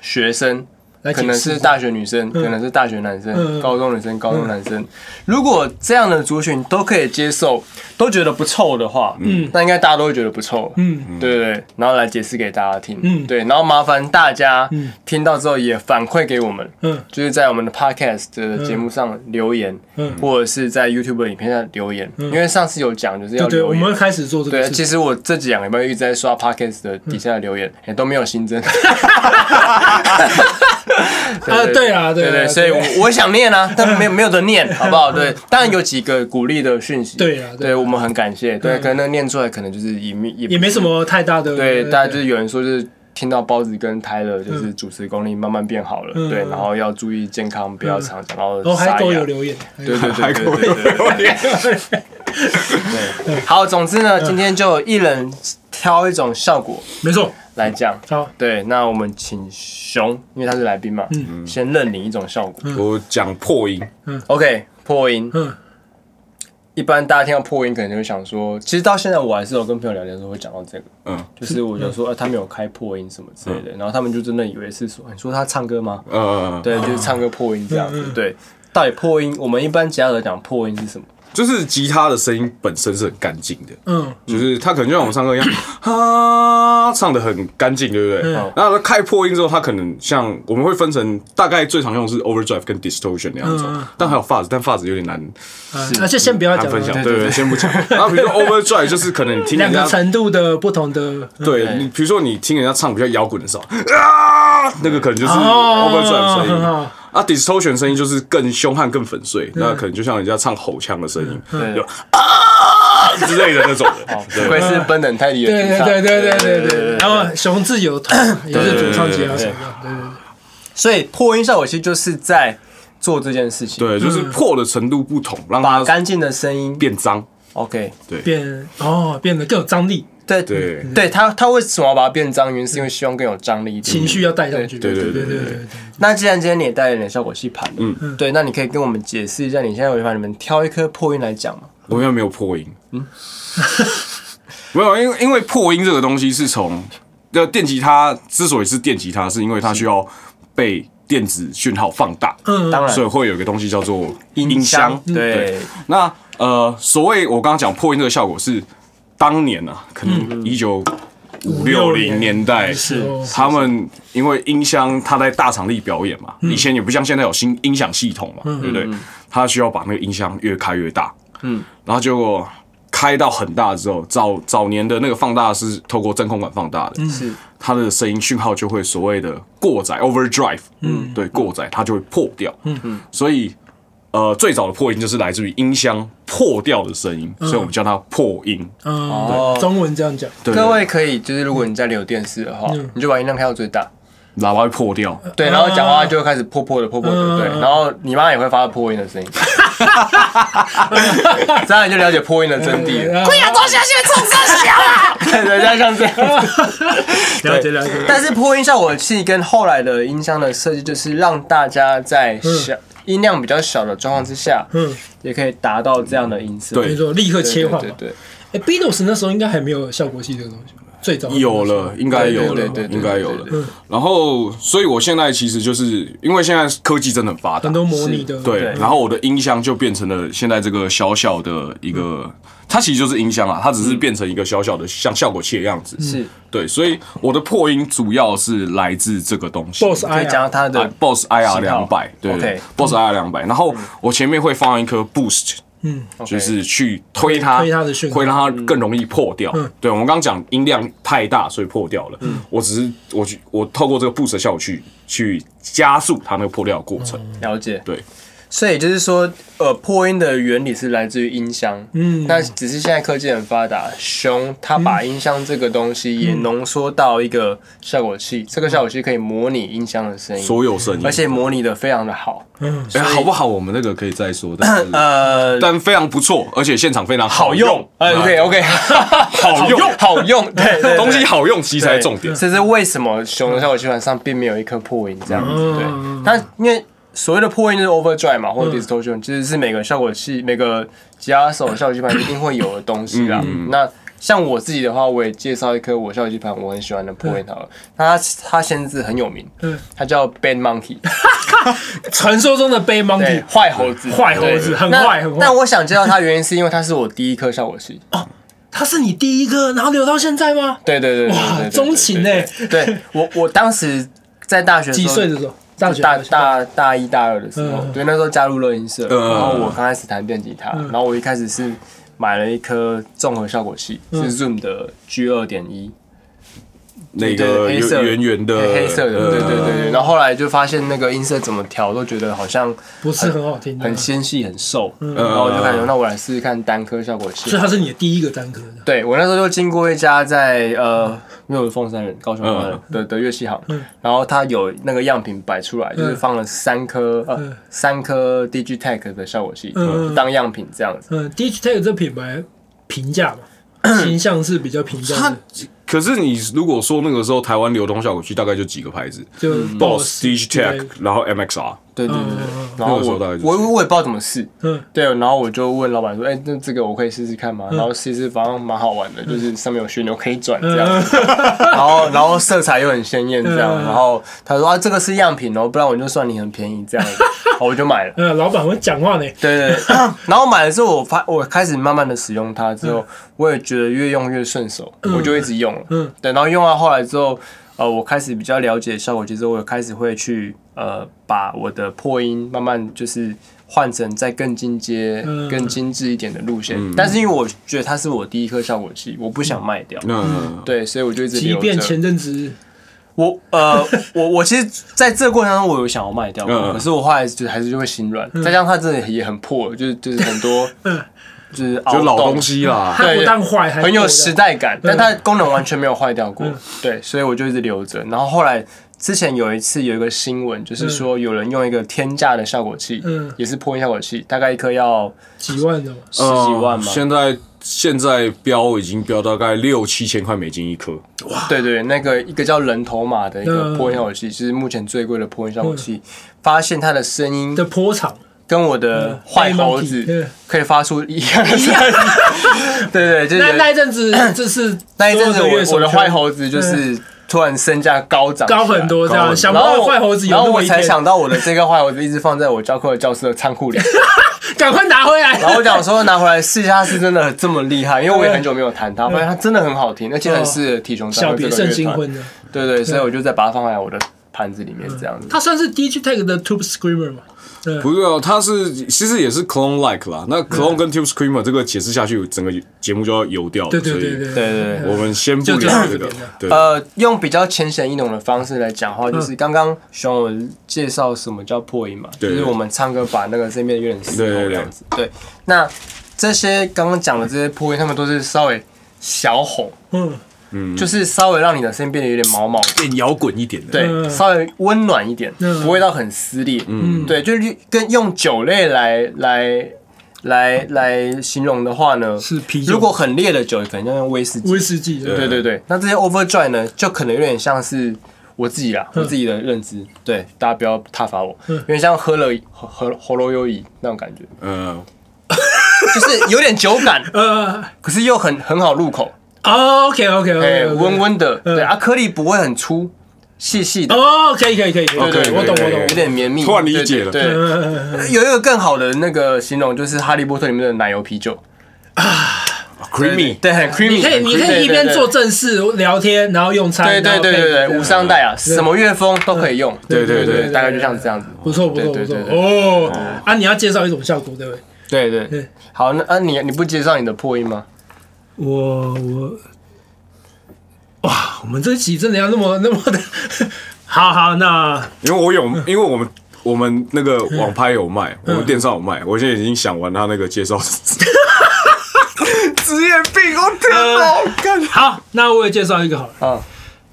学生，来可解能释是。大学女生，可能是大学男嗯生，嗯高中女生，高中男生。如果这样的族群都可以接受，都觉得不臭的话，嗯，那应该大家都会觉得不臭，嗯，对对对。然后来解释给大家听，嗯对。然后麻烦大家听到之后也反馈给我们，嗯，就是在我们的 podcast 的节目上留言，嗯或者是在 YouTube 的影片上留言，因为上次有讲就是要对对，我留言们。会开始做这个对，事情。其实我这几两个礼拜一直在刷 podcast 的底下的留嗯言，也、都没有新增。 啊对啊对对啊对啊嗯所以我我想念 啊，但没有没有得念，好不好？对，当然有几个鼓励的讯息，对啊对啊对我们很感谢，对，可能念出来可能就是也没也也没什么太大的。对，大家就是有人说就是。听到包子跟泰勒就是主持功力慢慢变好了，嗯对，嗯然后要注意健康，不要常讲到哦，沙还都哑有留言。对对对还对可 对对对。以。对好，总之呢，今天就一人挑一种效果没错。来讲，好，对，那我们请熊，因为他是来宾嘛，先认领一种效果。 我讲破音， OK，破音，嗯一般大家听到破音，可能就会想说，其实到现在我还是有跟朋友聊天的时候会讲到这个，嗯就是我就说，呃，他们有开破音什么之类的，然后他们就真的以为是说，你说他唱歌吗？呃，对，就是唱歌破音这样子，对。到底破音，我们一般其他人讲破音是什么？就是吉他的声音本身是很干净的，嗯就是它可能就像我们唱歌一样，啊，唱的很干净，对不对？嗯那它开破音之后，它可能像我们会分成，大概最常用的是 overdrive 跟 distortion 两种，嗯嗯但还有 fuzz，但 fuzz 有点难啊，那就先不要难讲分享，了。对对，先不讲。然后比如说 overdrive 就是可能你听两人个家，程度的不同的。对你比如说你听人家唱比较摇滚的时候，啊，那个可能就是 overdrive 声很音。好。啊，distortion 声音就是更凶悍、更粉碎，那可能就像人家唱吼腔的声音，对有，啊之类的那种的。不愧是奔等泰迪的对主对唱，对对对对对对。然后熊自由团也是主啊唱吉他手嘛。对对对。所以破音效果其实就是在做这件事情，，对，就是破的程度不同，让把它干净的声音变脏。 OK，变哦，变得更有张力，对对对，他他为什么要把它变脏？原因是因为希望更有张力一点。情绪要带上去。对对对对对对对对。那既然今天你也带了点效果器盘了，嗯，对，那你可以跟我们解释一下，你现在有办法你们挑一颗破音来讲吗？我又没有破音，嗯， 没有，因为因为破音这个东西是从呃电吉他之所以是电吉他，是因为它需要被电子讯号放大，嗯当然所以，会有一个东西叫做音箱。对，那呃，所谓我刚刚讲破音这个效果是当年啊，可能一九五六零年代，是他们因为音箱，他在大场地表演嘛，以前也不像现在有新音响系统嘛，对不对？他需要把那个音箱越开越大，嗯，然后结果开到很大之后，早早年的那个放大是透过真空管放大的，是它的声音讯号就会所谓的过载 （overdrive），嗯，对，过载它就会破掉，嗯嗯，所以呃，最早的破音就是来自于音箱破掉的声音，所以我们叫它破音。嗯哦，中文这样讲，对，各位可以就是如果你家里有电视的话，你就把音量开到最大，喇叭会破掉，对，然后讲话就会开始破破的破破的，对，然后你妈也会发出破音的声音，这样你就了解破音的真谛了。贵阳中 人家像这样子， 了解了解，但是破音效果器跟后来的音箱的设计，就是让大家在小音量比较小的状况之下，嗯，也可以达到这样的音色。没对错，立刻对，切换对嘛。对，哎，Beatles 那时候应该还没有效果器这个东西吧，最早有了，应该有了嗯对对对，对应该有了对对。然后，所以我现在其实就是因为现在科技真的很发达很，多模拟的，对，然后我的音箱就变成了现在这个小小的一个，嗯它其实就是音箱啊，它只是变成一个小小的像效果器的样子。是对，所以我的破音主要是来自这个东西。 ，Boss 可 I 以讲到它嗯啊的 Boss IR 型两号百，对 OK 嗯，Boss IR 两百。然后我前面会放一颗 Boost，嗯，就是去推它，推推它的讯号嗯会让它更容易破掉。对，我们刚刚讲音量太大，所以破掉了。我只是我去我透过这个 Boost 的效果去去加速它那个破掉的过程。哦了解，对，所以就是说，呃，破音的原理是来自于音箱，嗯，但只是现在科技很发达，熊它把音箱这个东西嗯也浓缩到一个效果器，这个效果器可以模拟音箱的声音，所有声音，而且模拟的非常的好，哎，好不好？我们那个可以再说，但 是呃，但非常不错，而且现场非常好用，哎，OK OK，好 用好用，对对，对东西好用 其实才是对重点。这是为什么熊的效果器盘上并没有一颗破音这样子？对嗯，它因为所谓的破音就是 overdrive 嘛，或者 distortion，其实是每个效果器、每个吉他手效果器盘一定会有的东西啦。嗯那像我自己的话，我也介绍一颗我效果器盘我很喜欢的破音好了。那它它先字很有名嗯，它叫 Bad Monkey，传说中的 Bay 对 Monkey，，坏猴子，坏猴子对很那坏很坏但我想介绍它的原因是因为它是我第一颗效果器。他是你第一个，然后留到现在吗？对对对对哇对对，对钟情对欸对我我当时在大学的时几候岁的时候？大学大大大一大二的时候，嗯对，那时候加入乐音社，嗯然后我刚开始弹电吉他，然后我一开始是买了一颗综合效果器，嗯是 Zoom 的 G 二点一，那对个黑色圆圆圆的黑黑色的，对对对呃对。然后后来就发现那个音色怎么调都觉得好像不是很好听，很所纤细很瘦，嗯然后我就感觉那我来试试看单颗效果器以。他是你的第一个单科的。对我那时候就经过一家在呃，因为我是凤山人，高雄人嗯的、的的乐器行，嗯然后他有那个样品摆出来，就是放了三颗呃、嗯三颗 Digitech 的效果器、嗯就当样品这样子。嗯，Digitech 这品牌评价嘛， 形象是比较评价它的，可是你如果说那个时候台湾流通效果器大概就几个牌子就嗯，Boss、之类的 Digitech，然后 MXR，对对对嗯对嗯嗯然后那个时候我大概就是我我也不知道怎么试，嗯对，然后我就问老板说，哎、那这个我可以试试看吗？然后试一试，反正蛮好玩的，就是上面有旋钮可以转这样子， 然后然后色彩又很鲜艳这样，嗯然后他说啊这个是样品哦，不然我就算你很便宜这样子，好我就买了。呃，老板会讲话呢，对对 对，然后买了之后，我发我开始慢慢的使用它之后，我也觉得越用越顺手，我就一直用了。嗯嗯，对，然后用到后来之后，呃，我开始比较了解效果器之后，我也开始会去呃把我的破音慢慢就是换成再更进阶、嗯更精致一点的路线。但是因为我觉得它是我第一颗效果器，我不想卖掉。嗯嗯那对，所以我就一直即留便着。前阵子我呃，我我其实在这个过程当中，我有想要卖掉，嗯嗯可是我后来就还是就会心软，再加上它真的也很破，就是就是很多 嗯就是就凹老洞东，西 啊啦。它不但坏，还很有破掉时代嗯感，但它的功能完全没有坏掉过， 对，所以我就一直留着。然后后来之前有一次有一个新闻，就是说有人用一个天价的效果器，嗯也是破音效果器，大概一颗要几万的嘛，十几万呃嘛，现在现在标已经标大概六七千块美金一颗，对对，那个一个叫人头马的一嗯个破音效果器，就是目前最贵的破音效果器，发现它的声音的坡场跟我嗯的坏猴子可以发 出一样的声音。对对，就是那那一阵 子，这是那一阵子所有的乐我手我的坏猴子就是突然身价高涨，高很。多，这高很样多想不然到后坏猴子有然后那我么一才天。 想到我的这个坏猴子一直放在我教课的教室的仓库里，赶快拿回来。然后我想说拿回来试一下，是真的这么厉害，因为我也很久没有弹它，发现它真的很好听，而且很适合体雄三 哦小会别这个胜乐新婚嗯团。的，对对，所以我就再把它放回来我的盘子里面这样子。他算是 DJ Tag 的 Tube Screamer 嘛？对，不是哦，它是其实也是 clone like 啦。那 clone 跟 tube screamer 这个解释下去，整个节目就要油掉了。对对对所以对对对对，我们先不就这聊样这个子聊。对，呃，用比较浅显易懂的方式来讲话，就是刚刚熊有介绍什么叫破音嘛，就对是我们唱歌把那个声音变得有点嘶对对吼对这样子。对，那这些刚刚讲的这些破音，他们都是稍微小吼，嗯，就是稍微让你的声音变得有点毛毛的，变摇滚一点的。对，嗯稍微温暖一点，嗯不会到很撕裂。嗯，对，就是跟用酒类来来来来形容的话呢，是啤酒如果很烈的酒，可能要用威士忌威。士忌的，对对对，那这些 overdrive 呢，就可能有点像是我自己啦，嗯我自己的认知，对，大家不要挞伐我，有点像喝了喝喝喉咙优饮那种感觉，呃，就是有点酒感，呃哦可是又很很好入口， ，OK OK 哎， OK，温温的，嗯对，啊，颗粒不会很粗，细细的，哦，可以可以可以可以，对对对，我懂对我对懂，有点绵密，突然理解了对对，对嗯，有一个更好的那个形容，就是《哈利波特》里面的奶油啤酒呃 creamy 对，很 creamy 你可以很 creamy，你可以一边做正事聊天，然后用餐，对，对对对对对对，无上伤大雅，什么乐风都可以用，对对对大概就像这样子，不错不错不对错对对对哦啊！你要介绍一种效果对不对？对对对好，那啊你你不介绍你的破音吗？我我哇，我们这一集真的要那么那么的，好好那因为我有，因为我们我们那个网拍有卖，我们电商有卖，我现在已经想完他那个介绍。职业病，我天哪！干好，那我也介绍一个好了。啊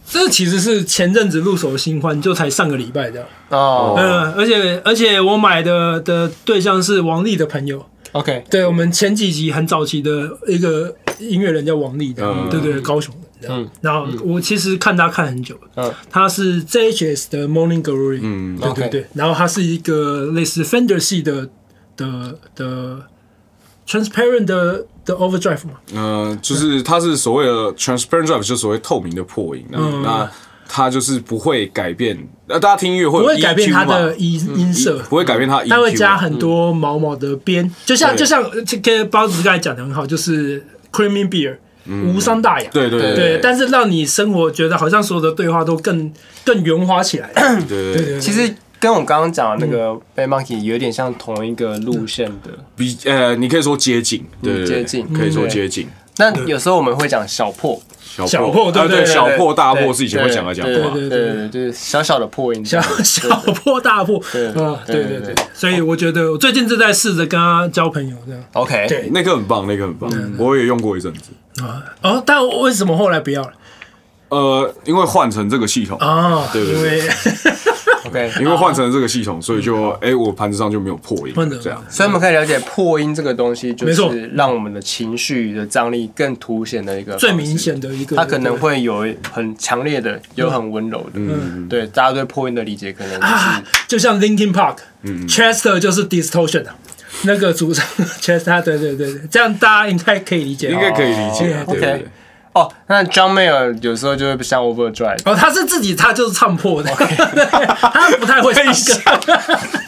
这其实是前阵子入手的新欢，就才上个礼拜的。哦嗯，而且而且我买的的对象是王力的朋友， ，OK，对我们前几集很早期的一个音乐人叫王力的，嗯对对，高雄人。嗯嗯，然后我其实看他看很久了，嗯他是 JHS 的 Morning Glory，嗯对对对，然后他是一个类似 Fender 系的的的 Transparent 的的 Overdrive 嘛，呃，就是它是所谓的 transparent drive，就是所谓透明的破嗯音。那啊那它就是不会改变，那大家听音乐会不有会改变 EQ 它 E 嘛的音音色，不会改变它的 EQ 啊，它会加很多毛毛的边，就像就像这个包子刚才讲的很好，就是 creamy beer，、无伤大雅。嗯对对对对对，但是让你生活觉得好像所有的对话都更更圆滑起来。对对对，其实跟我刚刚讲的那个 Bad Monkey 有点像同一个路线的，比呃，你可以说接近，对对对接近可以嗯说对接近。那有时候我们会讲小破，小小破对啊对对，对小对破大对破是以前会讲的讲对话。对对对，就是小小的破音这小样，小破大破啊，对对对，所以我觉得我最近正在试着跟他交朋友这样 OK，对那个很棒，那个很棒，嗯我也用过一阵子。啊。哦，但为什么后来不要了呃，因为换成这个系统，啊？对对因为 OK，因为换成这个系统，所以就哎，我盘子上就没有破音嗯换 成， 这样。所以我们可以了解破音这个东西，就没错是让我们的情绪的张力更凸显的一个最方式明。显的一个，它可能会有很强烈的，有很温柔的。嗯，对，大家对破音的理解可能啊就就是像 Linkin Park，Chester 就是 Distortion 啊，那个主唱 Chester，对对对对，这样大家应该可以理解应哦。该可以理解哦，对对 OK 对。哦。那 John Mayer 有时候就会像 Overdrive，哦，他是自己，他就是唱破的， 他不太会唱歌。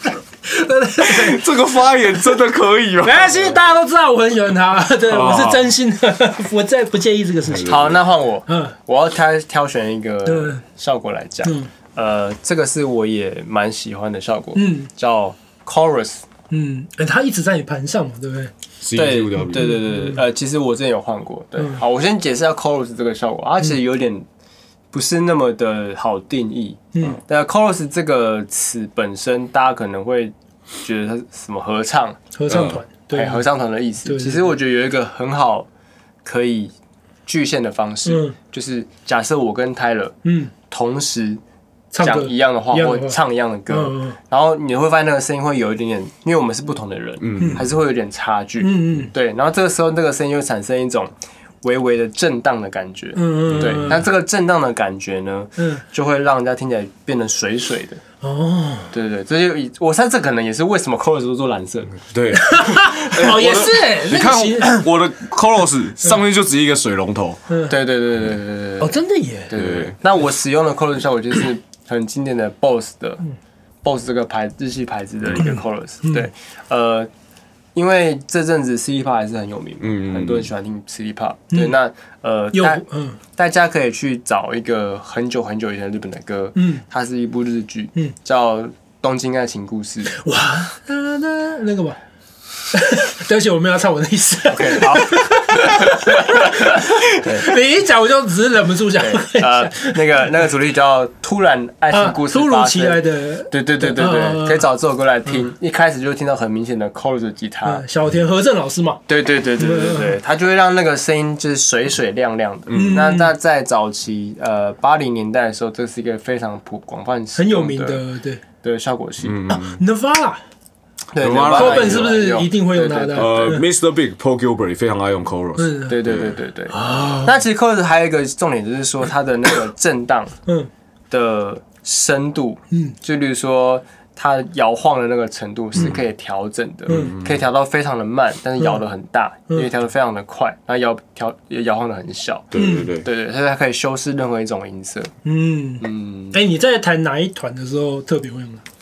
对对对 这个发言真的可以吗没？关系，大家都知道我很喜欢他，对我是真心的，我再不介意这个事情。好，那换我，嗯我要挑挑选一个嗯效果来讲。嗯呃，这个是我也蛮喜欢的效果，嗯叫 Chorus。嗯，诶他一直在你盘上嘛，对不对？对 CQ 对 W 对对对，呃，其实我之前有换过，嗯对，好，我先解释一下 chorus 这个效果，它其实有点不是那么的好定义，嗯，但 chorus 这个词本身，大家可能会觉得它是什么合唱，合唱团，对哎，合唱团的意对思，对其实我觉得有一个很好可以具现的方式嗯，就是假设我跟 Tyler 嗯，同时唱讲歌一样的话，一样或的话唱一样的歌，嗯嗯然后你会发现那个声音会有一点点，因为我们是不同的人，嗯，还是会有点差距，嗯嗯对，然后这个时候那个声音就产生一种微微的震荡的感觉，嗯嗯，对，那这个震荡的感觉呢，嗯就会让人家听起来变得水水的，哦对对，这就我猜这可能也是为什么 chorus 都做蓝色的，对，哦也是，你那看个其实我的 Coros 上面就只是一个水龙头，嗯对对对对对对哦对对真的耶，对对对对。那我使用的 chorus 效果就是很经典的嗯 BOSS 的 BOSS 这个牌日系牌子的一个 chorus，对，呃，因为这阵子 City Pop 还是很有名嘛，嗯嗯嗯很多人喜欢听 City Pop、对，那呃，嗯又大嗯大家可以去找一个很久很久以前日本的歌，嗯，它是一部日剧，嗯，叫《东京爱情故事》。 哇，那那那个吧。 对不起，我没有要唱我的意思。 OK，好， 你一讲，我就只是忍不住想。对呃，那个那个主题叫《突然爱 情啊，故事》，突如其来。的，对对对对嗯嗯嗯对，可以找这首歌来听。一开始就听到很明显的 chorus 的吉他嗯，，小田和正老师嘛，对对对对嗯对对，它就会让那个声音就是水水亮亮的。那那在早期呃八零年代的时候，这是一个非常普广泛使很有用名的的，对嗯对效果器。 ，Nevada 对有对吗八零 Cobain 年代是不是有一定会有他的对对呃，Mr. Big、Paul Gilbert 也非常爱用 chorus，嗯对对对对对。啊那其实 cos 还有一个重点就是说它的那个震荡嗯的深度，嗯，就例如说它摇晃的那个程度是可以调整的，嗯可以调到非常的慢，但是摇的很大，也可以调的非常的快，然后摇调也摇晃的很小。对对对，对对，所以它可以修饰任何一种音色。嗯嗯，哎，你在弹哪一团的时候特别会用啊它？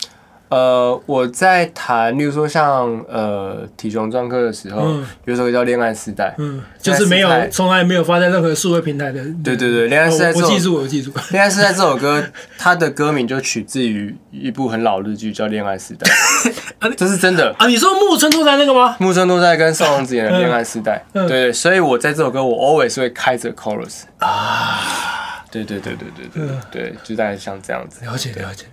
呃，我在弹，例如说像呃体雄专科的时候，嗯有一首歌叫《恋爱时代》。嗯，就是没有在，从来没有发在任何数位平台的。对对对，《恋爱时代》哦我这我首记住，我记住。啊《恋爱时代》这首歌，它的歌名就取自于一部很老日剧叫《恋爱时代》 啊你，这是真的。啊，你说木村拓哉那个吗？木村拓哉跟宋仲基演的《恋爱时代》，嗯对对，所以我在这首歌我 always 会开着 chorus 啊，啊对对对对对嗯对对，对就大概像这样子。了解了解，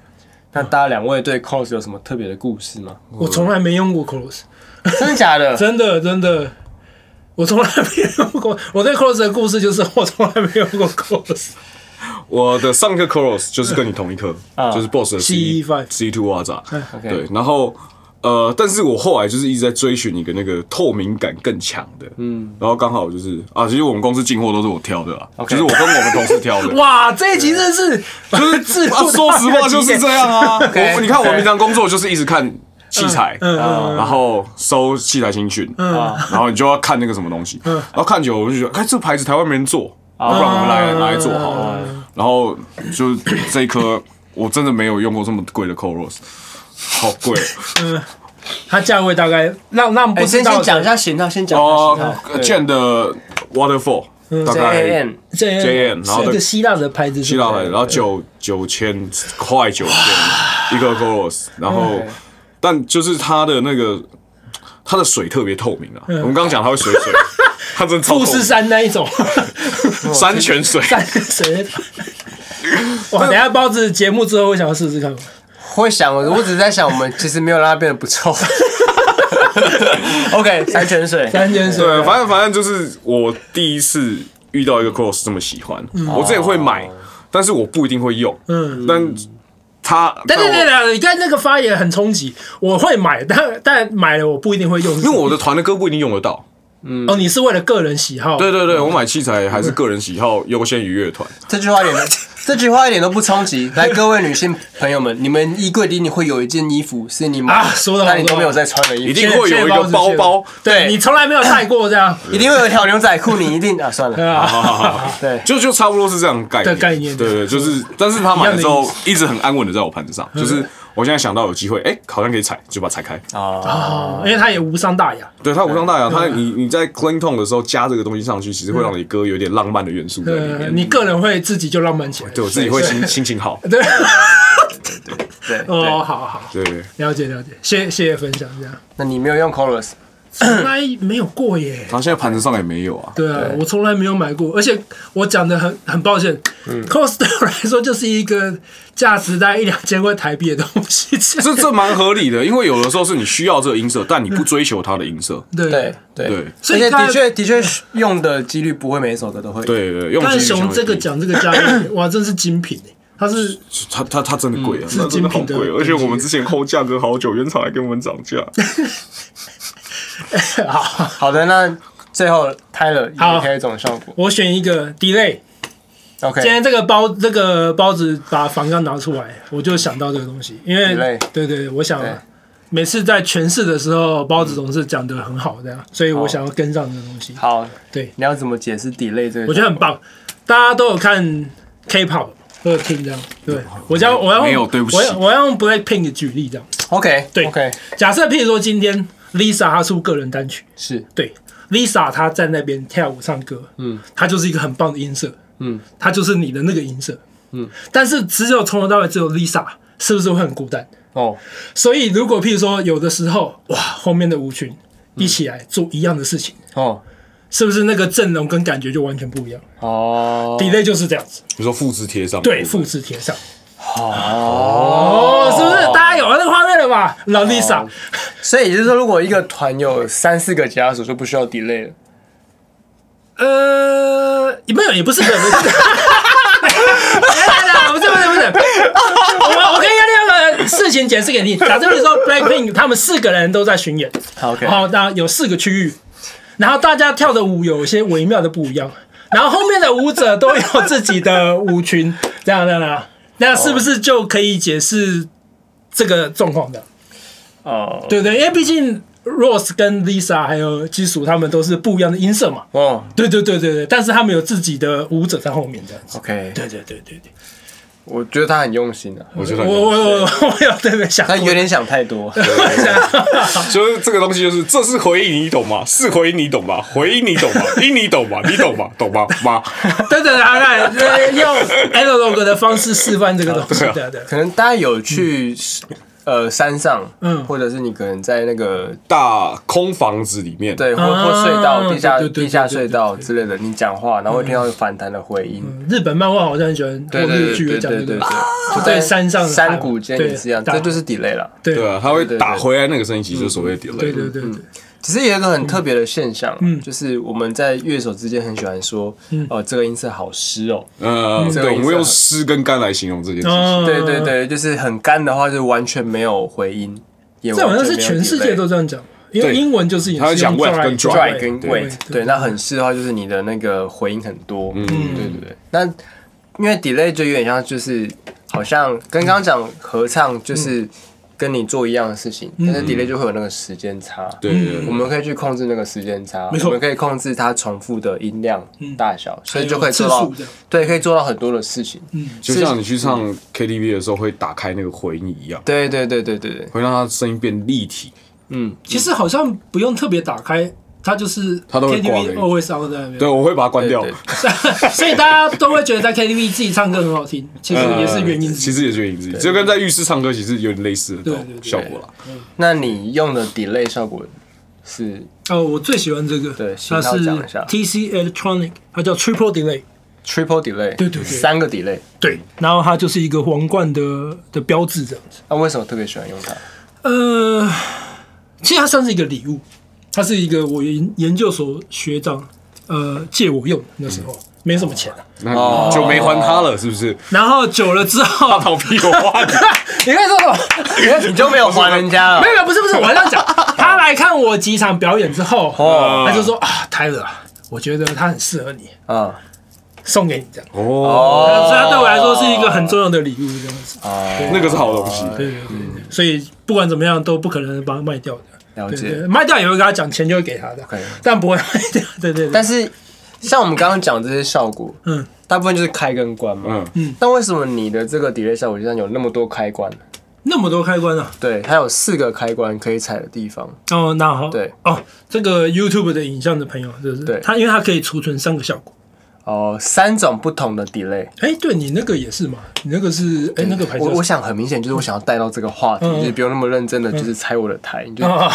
那大家两位对 chorus 有什么特别的故事吗？我从来没用过 Close，真的假 的？真的真的。我从来没用过，我对 Close 的故事就是我从来没用过 Close。我的上课 chorus 就是跟你同一课，就是 Boss 的 C CE5 C two 哇咋，啊嗯 OK 对，然后。呃，但是我后来就是一直在追寻一个那个透明感更强的，嗯，然后刚好就是啊，其实我们公司进货都是我挑的啦啊就 OK 是我跟我们同事挑的， 哇，这一集真是就是自 啊，说实 话就是这样啊。我你看我平常工作就是一直看器材，嗯然后搜器材新讯，啊然后你就要看那个什么东西，然后看久了我就觉得，哎，这牌子台湾没人做，啊，不然我们来拿来做好了。然后就这一颗我真的没有用过这么贵的 Coros，好贵它价位大概让让不我知先道先的讲一下型号，先讲一哦下型啊号。对，Jen 的 Waterfall 大 J 概 A。N，这 JN 然后是一个希腊的牌子，希腊牌，然后九九千快九千一个 Goros，然后但就是它的那个它的水特别透明嗯啊，我们刚刚讲它会水 水，它真的超富透士明山那一 种，山泉水，但是谁？哇，等一下包子节目之后，我想要试试看。会想，我只是在想，我们其实没有让它变得 不臭。OK，山泉水，三千水，对，反正反正就是我第一次遇到一个 Goros 这么喜欢，嗯我自己会买，哦但是我不一定会用，嗯，但它对对对但我对，你看那个发言很冲击，我会买，但但买了我不一定会用，因为我的团的歌不一定用得到。哦，你是为了个人喜好，对对对，我买器材还是个人喜 好优先于乐团。这句话一点都，这句话一点都不冲击。来，各位女性朋友们，你们衣柜里你会有一件衣服是你买啊说得好但你都没有在穿的衣服，一谢定谢，会有一个谢谢包子包，对你从来没有带过这样，一定会有一条牛仔裤，你一定啊，算对了，啊，对，就就差不多是这样概念的概念对对，就是，但是他买了之一后样一直很安稳的在我盘子上，嗯就是我现在想到有机会，哎，好像可以踩，就把它踩开。啊，哦因为它也无伤大雅，对，它无伤大嗯雅，它你你在 clean tone 的时候加这个东西上去，其实会让你歌有点浪漫的元素在里呃，面。你个人会自己就浪漫起来，对我自己会心心情 好，对，对哦，对。好好对对，了解了解，谢谢谢分享，这样那你没有用 chorus，从来没有过耶。然后现在盘子上也没有啊。对啊，我从来没有买过，而且我讲的很很抱歉、c o s 对我来说就是一个价值大概一两千块台币的东西。这这蛮合理的，因为有的时候是你需要这个音色，但你不追求它的音色。对对对对所以而且刚的才确的确用的几率不会每一首歌都会。，对对，用刚才机器熊会这个低讲这个价位，哇，真是精品欸它是它它它真的贵啊，嗯是精品的东西前后价格好久，原厂还给我们涨价。 好的，那最后开了好也可以种效果。我选一个 delay。今 OK，天这个包这个包子把房刚拿出来，我就想到这个东西，因为 Delay 对对对，我想对每次在诠释的时候，包子总是讲的很好，这样，所以我好想要跟上这个东西。好，对，你要怎么解释 delay 这个？我觉得很。棒。大家都有看 K-pop，都有听这样。对，我要我要用没有对不起我要我要用 Blackpink 举例这样。 OK，对 OK，假设譬如说今天 Lisa 她出个人单曲，是对 Lisa 她在那边跳舞唱歌，嗯，她就是一个很棒的音色，嗯，她就是你的那个音色，嗯，但是只有从头到尾只有 Lisa，是不是会很孤单？哦，所以如果譬如说有的时候，哇，后面的舞群一起来做一样的事情，哦是不是那个阵容跟感觉就完全不一样、哦 d e l a y 就是这样子，你说复制贴上，对，复制贴上，哦，哦，是不是大家有那个画面了吧？老 Lisa，、所以也就是说，如果一个团有三四个吉他手，就不需要 delay 了。呃，没有，也不是，没有，不是。不是不是不是，我我可以用那个事情解释给你。打这个时候，Blackpink 他们四个人都在巡演，好，OK，然后大家有四个区域，然后大家跳的舞有一些微妙的不一样，然后后面的舞者都有自己的舞群，这样这样这样，那是不是就可以解释这个状况的？哦，对不对？因为毕竟 Rose 跟 Lisa 还有基础他们都是不一样的音色嘛。哦对对对对对，但是他们有自己的舞者在后面这样子。 ，OK，对对对对对，我觉得他很用心啊，我觉得我很我我我有特别想过，他有点想太多。 就是这个东西，就是这是回应，你懂吗？是回应，你懂吗？回应，你懂吗？因你懂吗？你懂吗？懂 吗？妈，对对对，大概呃用 analog 的方式示范这个东西，对对。 可能大家有去、呃山上，嗯嗯，或者是你可能在那个大空房子里面，对，或啊或隧道、地下对对对嗯地下对对隧道之类的，你讲话，然后会听到有反弹的回音。日本漫画好像很喜欢，对或对日剧对也对讲这对个对，东西，对就在山上山谷间也是一样，对这就是 delay 了。对对对啊，它会对对打回来那个声音，其实就是所谓的 delay。对对对，其实有一个很特别的现象，啊嗯就是我们在乐手之间很喜欢说，哦，这个音色好湿哦。呃，这个对，我意思们用啊湿跟干来形容这件事情。嗯对对，对，就是很干的话，就完全没有回音，也这好像完是全没全有世 delay 界都这样讲，因为对英文就是也他是讲用 wet 跟 dry dry 跟对 wet，对，那很湿的话就是你的那个回音很多，嗯，对对对。那因为 delay 就有点像就是好像跟刚刚讲合唱嗯就是跟你做一样的事情，但是 delay 就会有那个时间差，对对嗯对我们可以去控制那个时间差，没错嗯我们可以控制它重复的音量大小，所以就可以做还有到次数这样，嗯对，可以做到很多的事情，就像你去唱 KTV 的时候会打开那个回音一样，对对对对对对，会让它声音变立体。其实好像不用特别打开，它就是它都会挂 KTV 给你 always on 在那边。对，我会把它关掉对。对 所以大家都会觉得在 KTV 自己唱歌很好听，嗯其实也是原因呃之其一。实也是原因之一，就跟在浴室唱歌其实有点类似的对那对种对效果啦。那你用的 delay 效果是哦，我最喜欢这个，对它请是他讲一下 TC Electronic，它叫 Triple Delay， triple delay，对对对三个 delay。对，然后它就是一个皇冠的的标志这样子。那为什么特别喜欢用 它？呃，其实它算是一个礼物，它是一个我研研究所学长呃借我用的，那时候没什么钱啊、那你就没还他了，是不是？然后久了之后，好屁 股花的，啊你看说什么？你就没有还人家 了没有没有，不是不是，我这 样讲，他来看我几场表演之后，哦他就说啊，Tyler，我觉得他很适合你，啊？送给你这样。哦，所以哦它对我来说是一个很重要的礼物，这样子。那个是好东西。对对对对，所以不管怎么样都不可能把它卖掉的。了对对，解。对卖掉也会跟他讲，钱就会给他的 OK，但不会卖掉。对对对，但是像我们刚刚讲这些效果，嗯，大部分就是开跟关嘛。嗯，但为什么你的这个 delay 效果上有那么多开关？那么多开关啊。对，它有四个开关可以踩的地方。哦，那好，对哦，这个 YouTube 的影像的朋友，就是对它，因为它可以储存三个效果。哦，三种不同的 delay。哎，对你那个也是嘛？你那个是哎那个牌子嗯我我想很明显就是我想要带到这个话题，就是不用那么认真的，就是拆我的台，你就哦，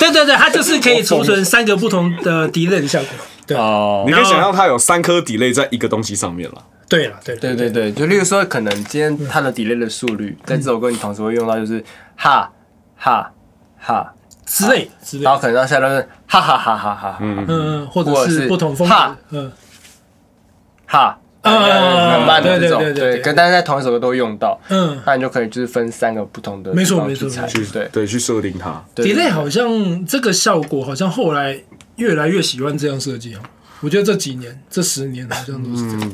对对对，它就是可以储存三个不同的 delay 的效果。对哦你，可以想象它有三颗 delay 在一个东西上面了。对了，对对对对，就例如说，可能今天嗯它的 delay 的速率，在这首歌你同时会用到，就是哈哈哈，之类之类然，后可能到下段是哈哈哈哈哈哈嗯，或或者者是是不同风格哈，嗯，哈，嗯很慢的这种，对对对对对，跟但是在同一首歌都会用到，嗯那你就可以就是分三个不同的没错地方没错去踩没去对对，去设定它。对 delay 好像这个效果，好像后来越来越喜欢这样设计哦。我觉得这几年、这十年好像都是这样。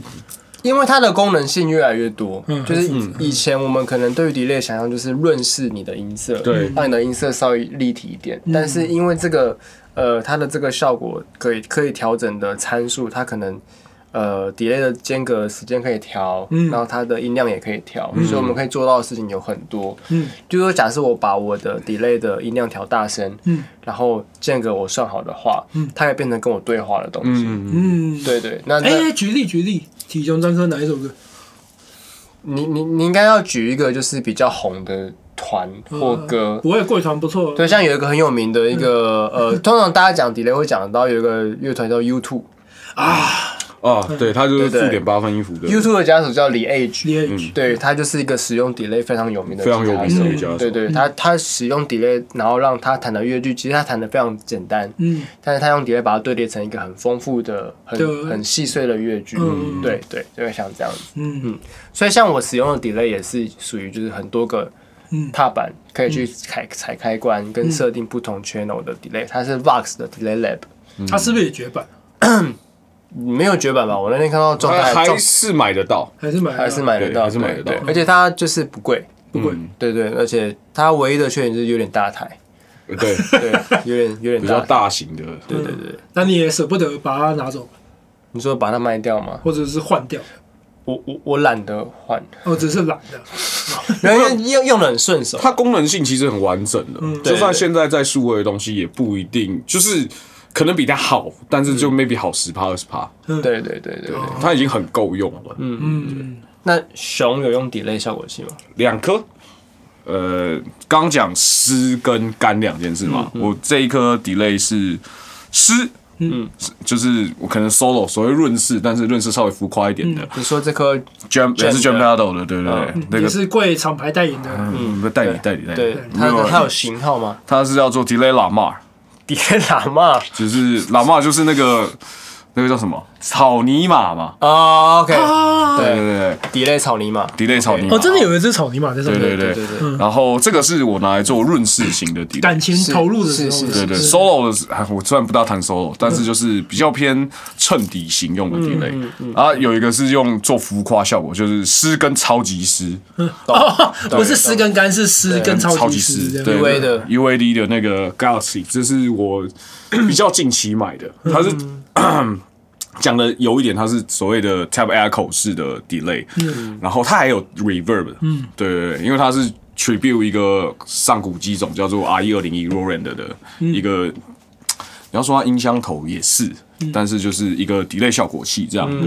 因为它的功能性越来越多，嗯就是以前我们可能对于 delay 想象就是润饰你的音色，对让你的音色稍微立体一点。但是因为这个呃，它的这个效果可以可以调整的参数，它可能呃 delay 的间隔时间可以调，然后它的音量也可以调，所以我们可以做到的事情有很多。嗯，就是说，假设我把我的 delay 的音量调大声，嗯，然后间隔我算好的话，嗯，它也变成跟我对话的东西。嗯，对对，那哎、那举例举例，体重专科哪一首歌？你你你应该要举一个就是比较红的团或歌，不会贵团不错，呃对，像有一个很有名的一个嗯呃，通常大家讲 delay 会讲到有一个乐团叫 U2，U2 啊，对，他就是对四对点八分音符的，的家属叫李 Age，李 H，对他就是一个使用 delay 非常有名的非常有名的吉吉他手对对，他他使用 delay，然后让他弹的乐句，其实他弹的非常简单，嗯，但是他用 delay 把它堆叠成一个很丰富的、对很很细碎的乐句，嗯对对，就会像这样子。嗯嗯所以像我使用的 delay 也是属于就是很多个嗯踏板可以去踩踩开关跟设定不同 channel 的 delay，它是 Vox 的 delay lab。他是不是也绝版？没有绝版吧？我那天看到状他态还状是买得到，还是买了还是买嗯得到，对还是买得到对对而且它就是不贵，不贵？对对，而且它唯一的缺点就是有点大 台， 对，对，有点有点比较大台。大型的，对对对，那你也舍不得把它拿走，你说把它卖掉吗？或者是换掉，嗯我我我懒得 换，哦，只是懒的。没有因为用用的很顺 手。它功能性其实很完整的，嗯就算现在在数位的东西也不一定，就是可能比它好，但是嗯就 maybe 好十趴二十趴，对对对对对。它已经很够用了。嗯，嗯，那熊有用 delay 效果器吗？两颗，呃，刚讲湿跟干两件事嘛，我这一颗 delay 是湿。嗯，就是我可能 solo 所谓润饰，但是润饰稍微浮夸一点的你说这颗 jam 也是 jam Jam 的 paddle 的，对对对，那也个是贵厂牌代言的，嗯，代理代理代理对，没它的有啊它有型号吗它是叫做 delay lamar， ？delay 喇嘛就是喇嘛就是那个那个叫什么草泥马嘛，啊，OK，对对对，delay 草泥马，对，delay 草泥马，哦，真的有一只草泥马在上对面，对对对对对。然后这个是我拿来做润饰型的 delay，感情投入的时候，是对是对，solo 的是，啊我虽然不大弹 solo，但是就是比较偏衬底型用的嗯 delay，然后有一个是用做浮夸效果，就是湿跟超级湿，哦，不是湿跟干，是湿跟超级湿湿这样，对 UA 的 UAD 的那个 Galaxy，这是我比较近期买的，嗯它是讲的有一点，它是所谓的 Tab Echo 式的 delay，然嗯后它还有 reverb，嗯，对对对，因为它是 tribute 一个上古机种叫做 R E 二零一 Roland 的嗯一个，你要说它音箱头也是。嗯但是就是一个 delay 效果器这样的，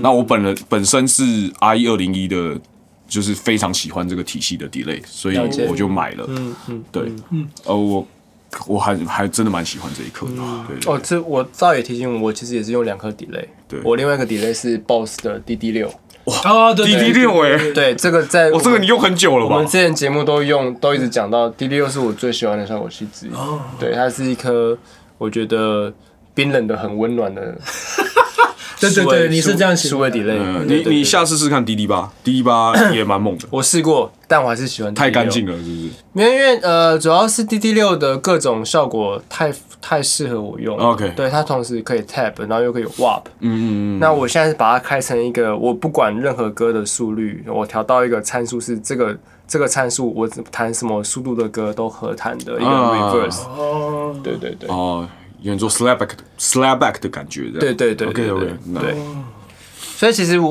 那我本人本身是 R E 二零一的，就是非常喜欢这个体系的 delay，所以了解我就买了。嗯嗯，对，呃，我我还还真的蛮喜欢这一颗的，对对哦，这我倒也提醒我，其实也是用两颗 delay。对我另外一个 delay 是 BOSS 的 DD 六。哦，对，D D 六哎，对，这个在我这个你们用很久了我们吧之？前节目都用，都一直讲到 DD 六是我最喜欢的效果器之一。啊对，它是一颗我觉得冰冷的、很温暖 的对对数位。对，你是这样数写位 delay，嗯，对你你下次试看 D D 八，D D 八 也蛮猛的，我试过，但我还是喜欢 DD6 太干净了，是不是？没有，因为呃，主要是 D D 六的各种效果太太适合我用。 OK 对它同时可以 Tab，然后又可以 Warp。嗯嗯嗯，那我现在是把它开成一个，我不管任何歌的速率，我调到一个参数是这个这个参数，我弹什么速度的歌都合弹的一个啊 reverse。哦，对对对，哦，有点做 slap back slap back 的感觉，对对对对 OK 对 OK，对。所以其实我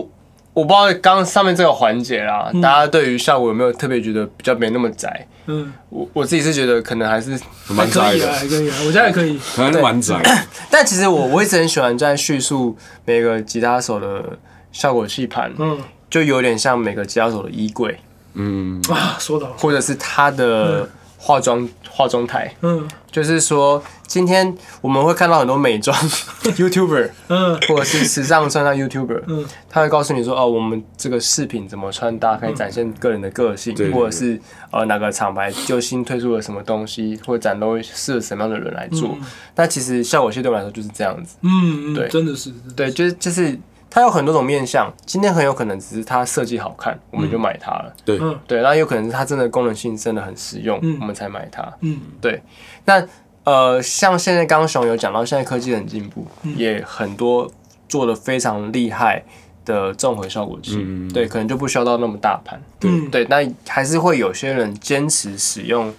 我不知道刚刚上面这个环节啦，嗯大家对于效果有没有特别觉得比较没那么窄？嗯，我我自己是觉得可能还是还蛮可窄以啊，的，还可以啊，我家也可以，可能蛮窄的，但其实我我一直很喜欢在叙述每个吉他手的效果器盘，嗯就有点像每个吉他手的衣柜，嗯，啊，说到，或者是他的化妆化妆台。嗯就是说，今天我们会看到很多美妆 YouTuber 嗯或者是时尚穿搭 YouTuber，嗯他会告诉你说，哦，我们这个饰品怎么穿搭可以展现个人的个性，嗯对对或者是呃哪个厂牌就新推出了什么东西，或展露适合什么样的人来做。但其实效果器对我来说就是这样子。嗯，对嗯真的是，对，就是就是它有很多种面向，今天很有可能只是它设计好看，我们就买它了。对，嗯对，那有可能是它真的功能性真的很实用，嗯我们才买它。嗯对，那呃，像现在刚刚熊有讲到，现在科技很进步，也很多做的非常厉害的综合效果器，嗯对，可能就不需要到那么大盘。嗯对，那还是会有些人坚持使用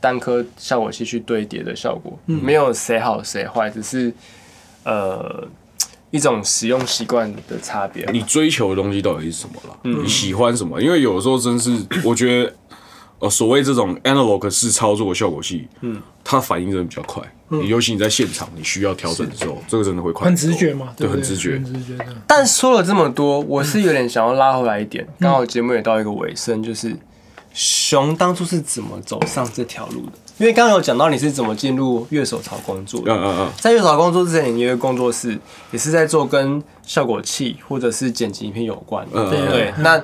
单颗效果器去堆叠的效果，没有谁好谁坏，只是呃，一种使用习惯的差别。你追求的东西到底是什么了？你喜欢什么？因为有的时候真是，我觉得，呃，所谓这种 analog 式操作的效果器，嗯，它反应真的比较快。你尤其你在现场，你需要调整的时候，这个真的会快很很多。直觉嘛，对，不对很直觉很。直觉的。但说了这么多，我是有点想要拉回来一点，刚好节目也到一个尾声，就是熊当初是怎么走上这条路的？因为刚刚有讲到你是怎么进入乐手潮工作的，嗯嗯嗯，在月嫂工作之前，你有一个工作室也是在做跟效果器或者是剪辑影片有关的。嗯对对，那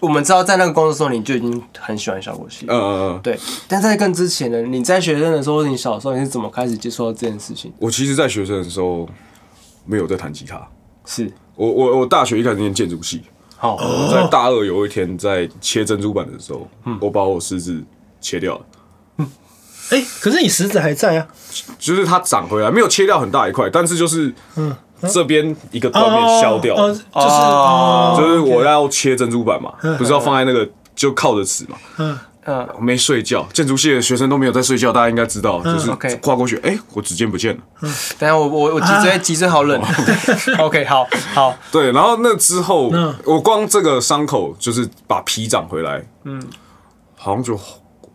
我们知道在那个工作的时候，你就已经很喜欢效果器。嗯嗯嗯。对，但在更之前呢，你在学生的时候，你小时候你是怎么开始接触到这件事情？我其实，在学生的时候没有在弹吉他。是，我我我大学一开始念建筑系，好，我哦在大二有一天在切珍珠板的时候，嗯我把我食指切掉了，哎，可是你食指还在啊，就是它长回来，没有切掉很大一块，但是就是嗯这边一个断面削掉了，啊哦哦就是哦就是我要切珍珠板嘛，不是要放在那个就靠着齿嘛，嗯嗯我没睡觉，建筑系的学生都没有在睡觉，大家应该知道，就是 OK 跨过去，哎，我指尖不见了。等一下我我我脊椎脊椎好 冷。OK，好好，对，然后那之后嗯，我光这个伤口就是把皮长回来，嗯，好像就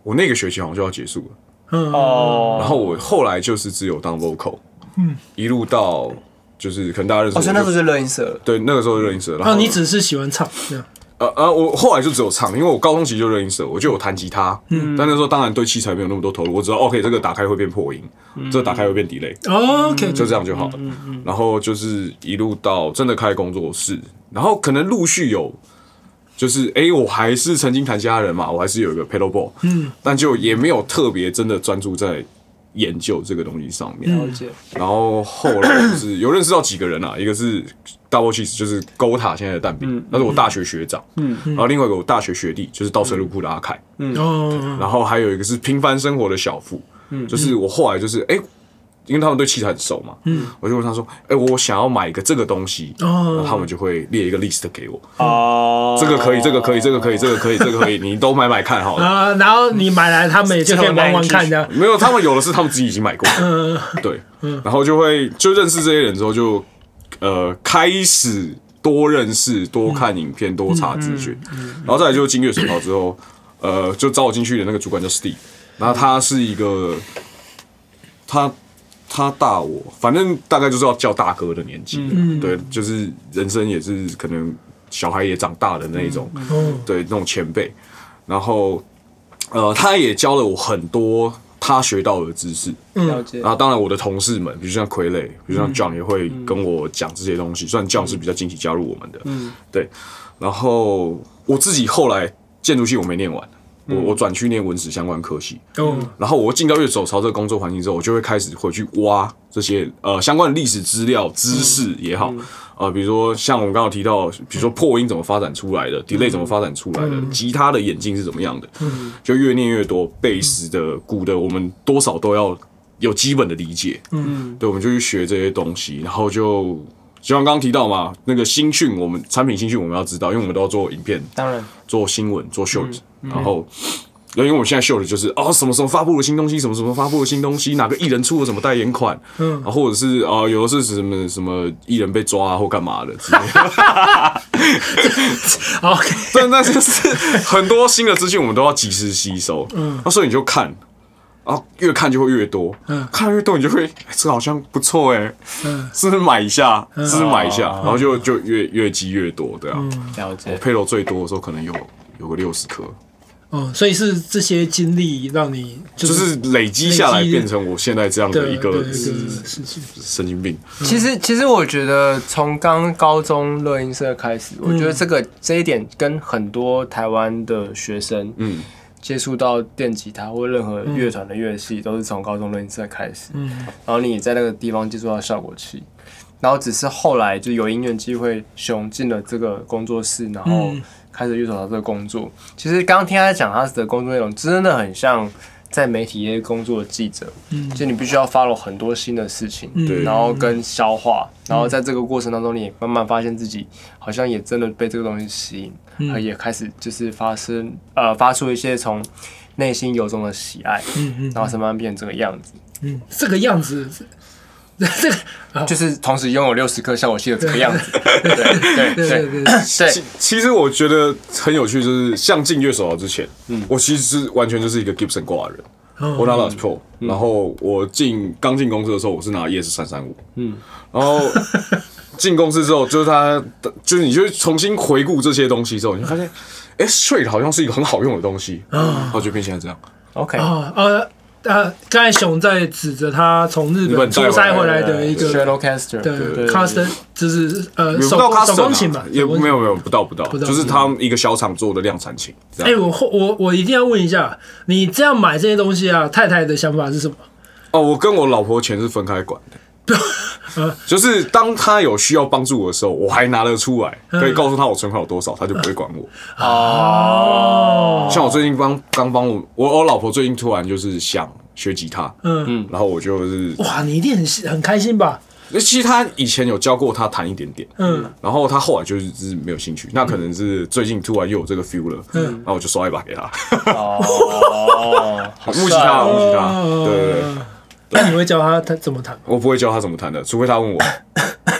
我那个学期好像就要结束了。嗯，哦，然后我后来就是只有当 vocal，嗯，一路到就是可能大家认识哦，我就，所以那时候就热音社了。对那个时候就热音社，然后、哦，你只是喜欢唱这样，呃呃，我后来就只有唱，因为我高中其实就热音社，我就有弹吉他，嗯，但那时候当然对器材没有那么多投入，我只知道 OK 这个打开会变破音，这个打开会变 delay，哦 OK，嗯就这样就好了。然后就是一路到真的开工作室，然后可能陆续有，就是诶，我还是曾经弹其他人嘛，我还是有一个 pedal ball，嗯，但就也没有特别真的专注在研究这个东西上面。了解，然后后来就是有认识到几个人啊，一个是 Double Cheese，就是 Gota 现在的蛋饼，那是我大学学长，嗯，然后另外一个我大学学弟就是稻水路库的阿凯，哦，然后还有一个是平凡生活的小付，就是我后来就是哎、因为他们对器材很熟嘛，我就问他说，哎、我想要买一个这个东西，哦然后他们就会列一个 list 给我，哦，这个可以，这个可以，这个可以，这个可以，这个可以，你都买买看好了。啊，然后你买来，他们也就可以玩玩看这样。没有，他们有的是他们自己已经买过，对，然后就会就认识这些人之后就，呃开始多认识、多看影片、多查资讯，然后再来就是进乐手潮之后，呃，就招我进去的那个主管叫 Steve，然后他是一个，他他大我，反正大概就是要叫大哥的年纪，对，就是人生也是可能小孩也长大的那一种，对，那种前辈，然后呃，他也教了我很多他学到的知识，了解然，后当然我的同事们，比如像傀儡，比如像 John 也会跟我讲这些东西，虽然 John 是比较近期加入我们的，嗯，对。然后我自己后来建筑系我没念完，我我转去念文史相关科系，哦，然后我进到乐手潮这个工作环境之后，我就会开始回去挖这些呃相关的历史资料、知识也好，呃，比如说像我们刚刚有提到，比如说破音怎么发展出来的、d e l a y 怎么发展出来的，吉他的演进是怎么样的，就越念越多，贝斯的、鼓的，我们多少都要有基本的理解。嗯，对，我们就去学这些东西，然后就。就像刚刚提到嘛，那个新讯，我们产品新讯我们要知道，因为我们都要做影片，当然，做新闻、做 short，、然后。因为我们现在秀的就是哦，什么什么发布了新东西，什么什么发布了新东西，哪个艺人出了什么代言款，嗯，或者是啊、呃有的是什么什么艺人被抓、啊、或干嘛的之类的， 好，OK，但那就是很多新的资讯我们都要及时吸收，嗯，那所以你就看，然后越看就会越多，嗯，看越多你就会、哎这个好像不错哎、嗯，哦是不是买一下，是不是买一下，然后就就越越积越多，对啊，了解。配楼最多的时候可能有有个六十颗，哦，所以是这些经历让你就就是累积下来变成我现在这样的的一的个一个事情。神经病。其实，其实我觉得从刚高中乐音社开始，我觉得这个、这一点跟很多台湾的学生，嗯，接触到电吉他或任何乐团的乐器，都是从高中乐音社开始。嗯，然后你也在那个地方接触到效果器，然后只是后来就有因缘机会，熊进了这个工作室，然后开始乐手到这个工作。其实刚听他讲他的工作内容，真的很像。在媒体业工作的记者，嗯，就你必须要 follow 很多新的事情，对然后跟消化，然后在这个过程当中，你也慢慢发现自己好像也真的被这个东西吸引，呃也开始就是发生呃发出一些从内心由衷的喜爱，然后慢慢变成这个样子。嗯，这个样子这个啊就是同时拥有六十颗效果器的这个样子。对对对对对对，其对，其实我觉得很有趣，就是像进乐手之前，我其实是完全就是一个 Gibson 挂的人。我拿 l a s Pro，、然后我进刚进公司的时候，我是拿 ES 三三五，嗯，然后进公司之后，就是它，就是你就会重新回顾这些东西之后，你就发现，哎，Straight 好像是一个很好用的东西，然后就变现在这样。 OK，啊呃呃，刚才熊在指着他从日日本本出带回差来回来的的一个 Shadow Caster，的 custom，就是呃有手不到 custom 手风琴啊吧，也手风琴没有没有不到不到，嗯到就是他们一个小厂做的量产琴。这哎、样我后我我一定要问一下，你这样买这些东西啊，太太的想法是什么？哦，我跟我老婆钱是分开管 的，就是当她有需要帮助我的时候，我还拿得出来，嗯可以告诉她我存款有多少，她就不会管我。哦，像我最近帮刚帮我我我老婆最近突然就是想学吉他，嗯，然后我就是，哇，你一定很喜很开心吧？其实她以前有教过她弹一点点，嗯，然后她后来就是就是没有兴趣，那可能是最近突然又有这个 feel 了，嗯，然后我就刷一把给她，哦，好木吉帅他哦木吉他，嗯啊嗯对对对，那哦你会教他他怎么弹？我不会教她怎么弹的，除非她问我，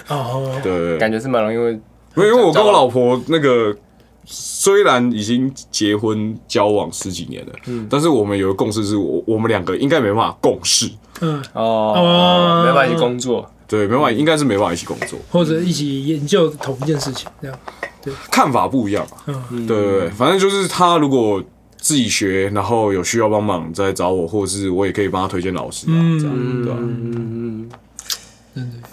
哦，对对对，感觉是蛮容易会没有，因为我跟我老婆那个虽然已经结婚交往十几年了，嗯但是我们有个共识是我我们两个应该没办法共事，嗯，哦，没办法一起工作，对，没办法，应该是没办法一起工作，或者一起研究同一件事情，这样。看法不一样嘛，嗯对对对，反正就是他如果自己学，然后有需要帮忙再找我，或者是我也可以帮他推荐老师啊，这嗯样对吧？嗯，真的，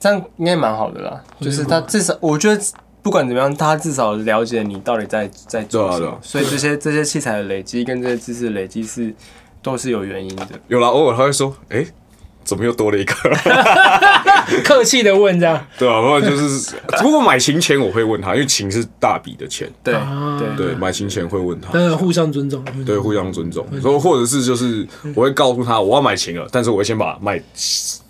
这样应该蛮好的啦。就是他至少，我觉得不管怎么样，他至少了解你到底在在对做啊什对啊么。所以这些这些器材的累积跟这些知识的累积是都是有原因的。有啦，偶尔他会说，哎、怎么又多了一个？ 客气的问这样，对啊，不然就是，不过买琴前我会问他，因为琴是大笔的钱，对啊对对，买琴前会问他。当然互相尊重。互相嗯对，互相尊重。所以或者是就是，我会告诉他我要买琴了，但是我会先把卖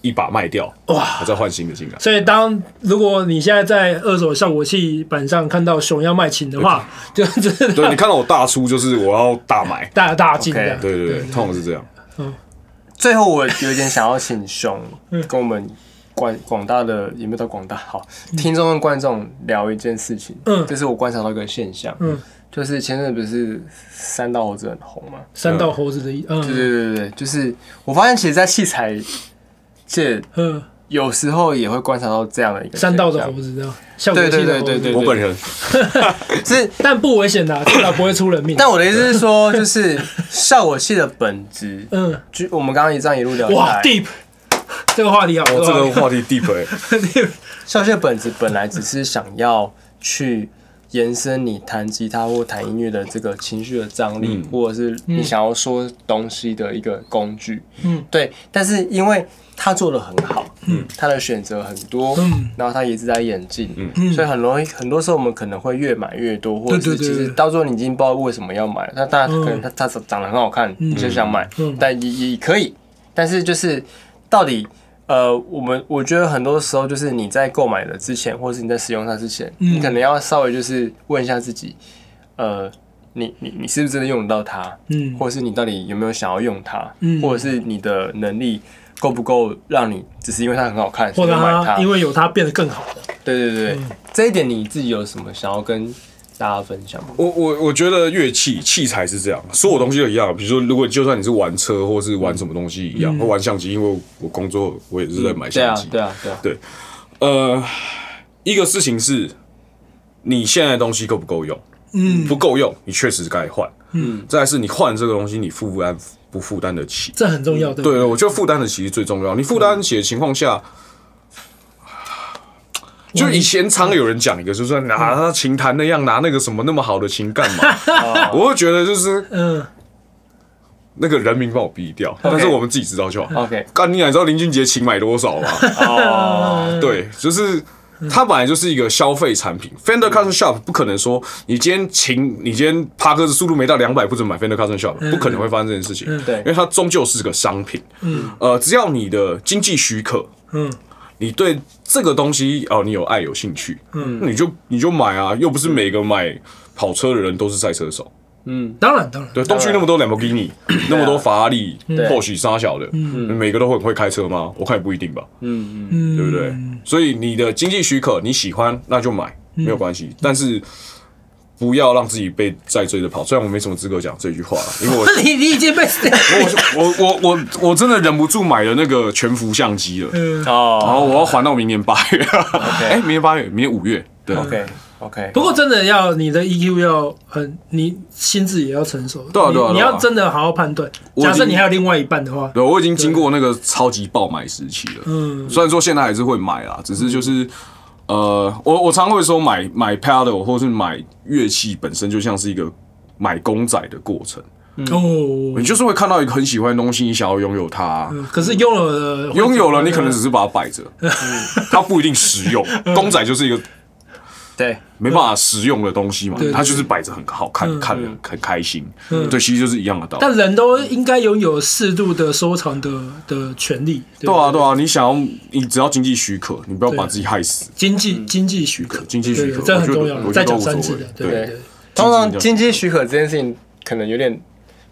一把卖掉，哇我再换新的进来。所以当如果你现在在二手效果器板上看到熊要卖琴的话，就真对的你看到我大出就是我要大买，大大进 OK 这样。对对对，通常是这样。最后我有点想要请 熊嗯跟我们广广大的有没有到广大好听众跟观众聊一件事情，嗯这是我观察到一个现象，嗯就是前阵子不是三道猴子很红嘛，三道猴子的一，对嗯对对对，就是我发现其实，在器材界嗯，有时候也会观察到这样的一个三道的现象猴子这样，效果器的猴子。对对对对我本人是，但不危险的、啊至少不会出人命。但我的意思是说，就是效果器的本质，嗯，就我们刚刚一这样一路聊下哇来， ，deep，这个话题好，哦，这个好话题 deep 欸 deep，效果器的本质本来只是想要去延伸你弹吉他或弹音乐的这个情绪的张力，或者是你想要说东西的一个工具。嗯，对。但是因为他做的很好，嗯，他的选择很多，嗯，然后他一直在演进，嗯，所以很容易，很多时候我们可能会越买越多，或者对对是其实对到最后你已经不知道为什么要买，那当然嗯可能它它长得很好看，你就想买嗯，但也也可以，但是就是到底。呃，我们我觉得很多时候就是你在购买的之前，或是你在使用它之前，嗯你可能要稍微就是问一下自己，呃，你你你是不是真的用得到它？嗯或者是你到底有没有想要用它？嗯或者是你的能力够不够让你只是因为它很好看，或所者以买他因为有嗯他变得更好了。对对对，这一点你自己有什么想要跟大家分享吗？我我我觉得乐器器材是这样，所有东西都一样。比如说，如果就算你是玩车或是玩什么东西一样，或玩相机，因为我工作我也是在买对相啊机，，嗯对啊，对啊，呃，一个事情是，你现在的东西够不够用？嗯，不够用，你确实该换。嗯，再来是你换这个东西，你负担不负担得起？这很重要的，对，我觉得负担得起是最重要。你负担得起的情况下，就以前常有人讲一个，就是说拿拿琴弹那样，拿那个什么那么好的琴干嘛？我会觉得就是嗯，那个人名帮我逼掉，但是我们自己知道就好。 OK 干你俩知道林俊杰琴买多少吗？啊哦，对，就是它本来就是一个消费产品。Fender Custom Shop 不可能说你今天琴，你今天帕克的速度没到两百，不准买 Fender Custom Shop，不可能会发生这件事情。对因为它终究是个商品。嗯，呃，只要你的经济许可，嗯，你对这个东西哦，你有爱有兴趣，嗯，你就你就买啊，又不是每个买跑车的人都是赛车手。嗯，当然当然，对，东区那么多 Lamborghini，那 么多法拉利对，啊或许沙小的，每个都很会开车吗？我看也不一定吧，嗯嗯，嗯，对不对？所以你的经济许可，你喜欢那就买，没有关系，但是。不要让自己被再追着跑，虽然我没什么资格讲这句话了，因为 我你你已经被我我我我我真的忍不住买了那个全幅相机了，呃，然后哦我要还到明年八月， 哎、明年八月，明年五月，对，OK OK，不过真的要你的 EQ 要很，你心智也要成熟，对啊对啊你你对啊要真的好好判断。已经假设你还有另外一半的话，对，我已经经过那个超级爆买时期了。嗯虽然说现在还是会买啦，只是就是，呃，我我常会说买买 paddle 或是买乐器本身就像是一个买公仔的过程，哦你，就是会看到一个很喜欢的东西，你想要拥有它，可是拥有了拥有了你嗯可能只是把它摆着， 它不一定实用。 公仔就是一个对，没办法实用的东西嘛嗯对，嗯它就是摆着很好看，看了很开心。对，其实就是一样的道理。但人都应该拥有适度的收藏的的权利。对对吧啊，对啊，你想要，你只要经济许可，你不要把自己害死。经济经济许可，经济许可对这很我觉得重要。我觉得再讲都无三所次谓的，对对对对。通常经济经济许可这件事情可能有点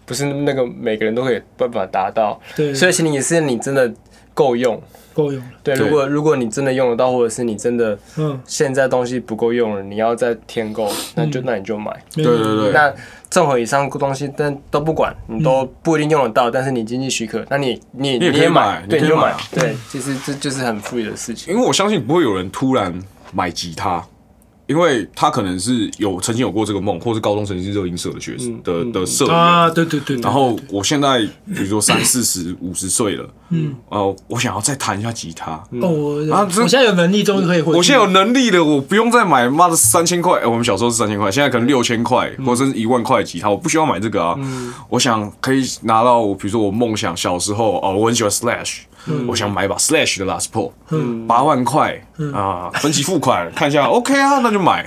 不是那个每个人都可以办法达到，对所以其实也是你真的够用。够用了。对，对如果如果你真的用得到，或者是你真的嗯，现在东西不够用了，你要再 添购，那就那你就买。嗯对对对对，那综合以上东西，但都不管，你都不一定用得到，但是你经济许可，那你你你也可以也买对，你可以就买嗯买啊，对，其实这就是很富裕的事情。因为我相信不会有人突然买吉他，因为他可能是有曾经有过这个梦，或是高中曾经是热音社的学生的的社员。啊，对对对。对然后我现在比如说三四十、五十岁了，嗯，呃，我想要再弹一下吉他。哦，我啊我这现在有能力，终于可以回去。我现在有能力了，我不用再买妈的三千块、哎我们小时候是三千块，现在可能六千块或者是一万块的吉他，我不需要买这个啊。我想可以拿到我，比如说我梦想小时候哦，我很喜欢 Slash，、我想买一把 Slash 的 Last Pro，八、万块啊、分期付款看一下 OK 啊，那就买。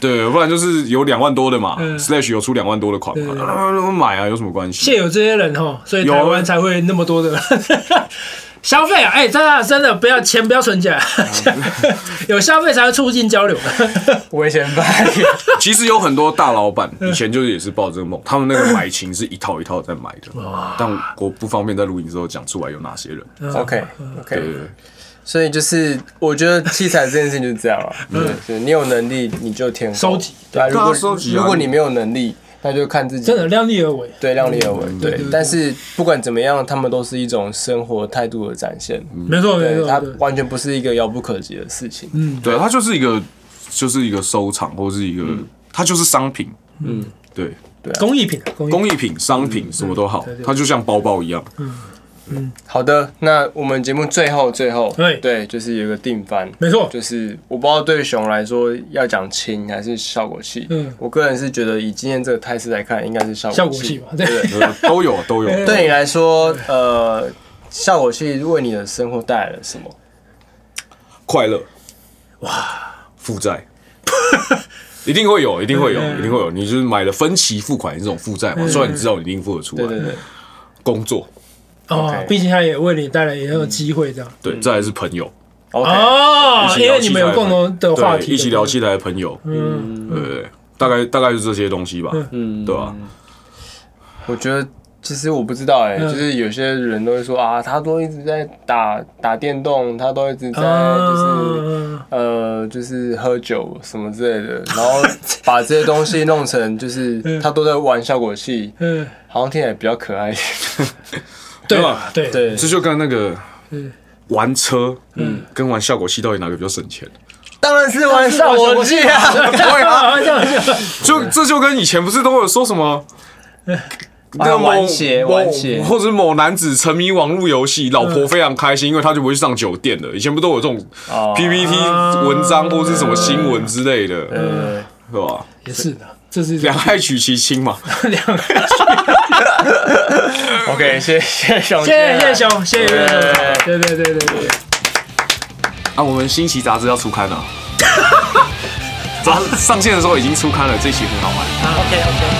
对，不然就是有两万多的嘛、s l a s h 有出两万多的款嘛，啊那我买啊，有什么关系？现有这些人哈，所以有台湾才会那么多的 消费啊！哎，真的真的不要钱 不要存起来，有消费才会促进交流。危险吧？ 其实有很多大老板以前就是也是抱这个梦，他们那个买琴是一套一套在买的，但我不方便在录音之后讲出来有哪些人。嗯 OK 对 OK，对对，所以就是我觉得器材这件事情就是这样啊，对，对你有能力你就添嗯购收集，对啊，如果对啊收集啊如果你没有能力，那就看自己真的量力而为，对量力而为，对对。但是不管怎么样，他们都是一种生活态度的展现，没错没对，错。它嗯对嗯完全不是一个遥不可及的事情。对，它就是一个就是一个收藏或是一个，它就是商品。嗯，对，工艺品，啊工艺品工艺品、商品什么都好对，对它就像包包一样。好的，那我们节目最后最后，对对，就是有一个定番，没错。就是我不知道对熊来说要讲轻还是效果器，嗯我个人是觉得以今天这个态势来看，应该是效效果果器器嘛，对呃都有都有，对你来说，呃，效果器为你的生活带来了什么？快乐，哇，负债。 一定会有，一定会有，一定会有。你就是买了分期付款这种负债嘛，虽然你知道你一定付得出对对来。对，工作，哦 OK，毕竟他也为你带来也很有机会这样。对，再来是朋友，嗯 OK，哦一，起因聊为你们有共同的话题，对一起聊起来的朋友，嗯，对对，大概大概就这些东西吧，嗯，对吧？我觉得其实我不知道哎、嗯就是有些人都会说啊，他都一直在打打电动，他都一直在就是、啊，呃就是喝酒什么之类的，然 后把这些东西弄成 就是他都在玩效果器，嗯，好像听起来比较可 爱一点。对吧对对，这就跟那个嗯玩车，嗯，跟玩效果器到底哪个比较省钱？嗯当然是玩效果器啊。对 啊，啊，这样这样就这就跟以前不是都有说什么？嗯那啊个某玩鞋玩鞋某或者某男子沉迷网络游戏，老嗯婆非常开心，因为他就不会去上酒店了。以前不都有这种哦 PPT 文章或是什么新啊闻之类的，嗯呃，对吧？也是的，这是两害取其轻嘛。两， OK，谢谢熊，谢谢谢谢。熊，谢谢对对对对对对，啊，我们新奇杂志要出 刊了，杂上线的时候已经出刊了，这期很好玩。 OK OK。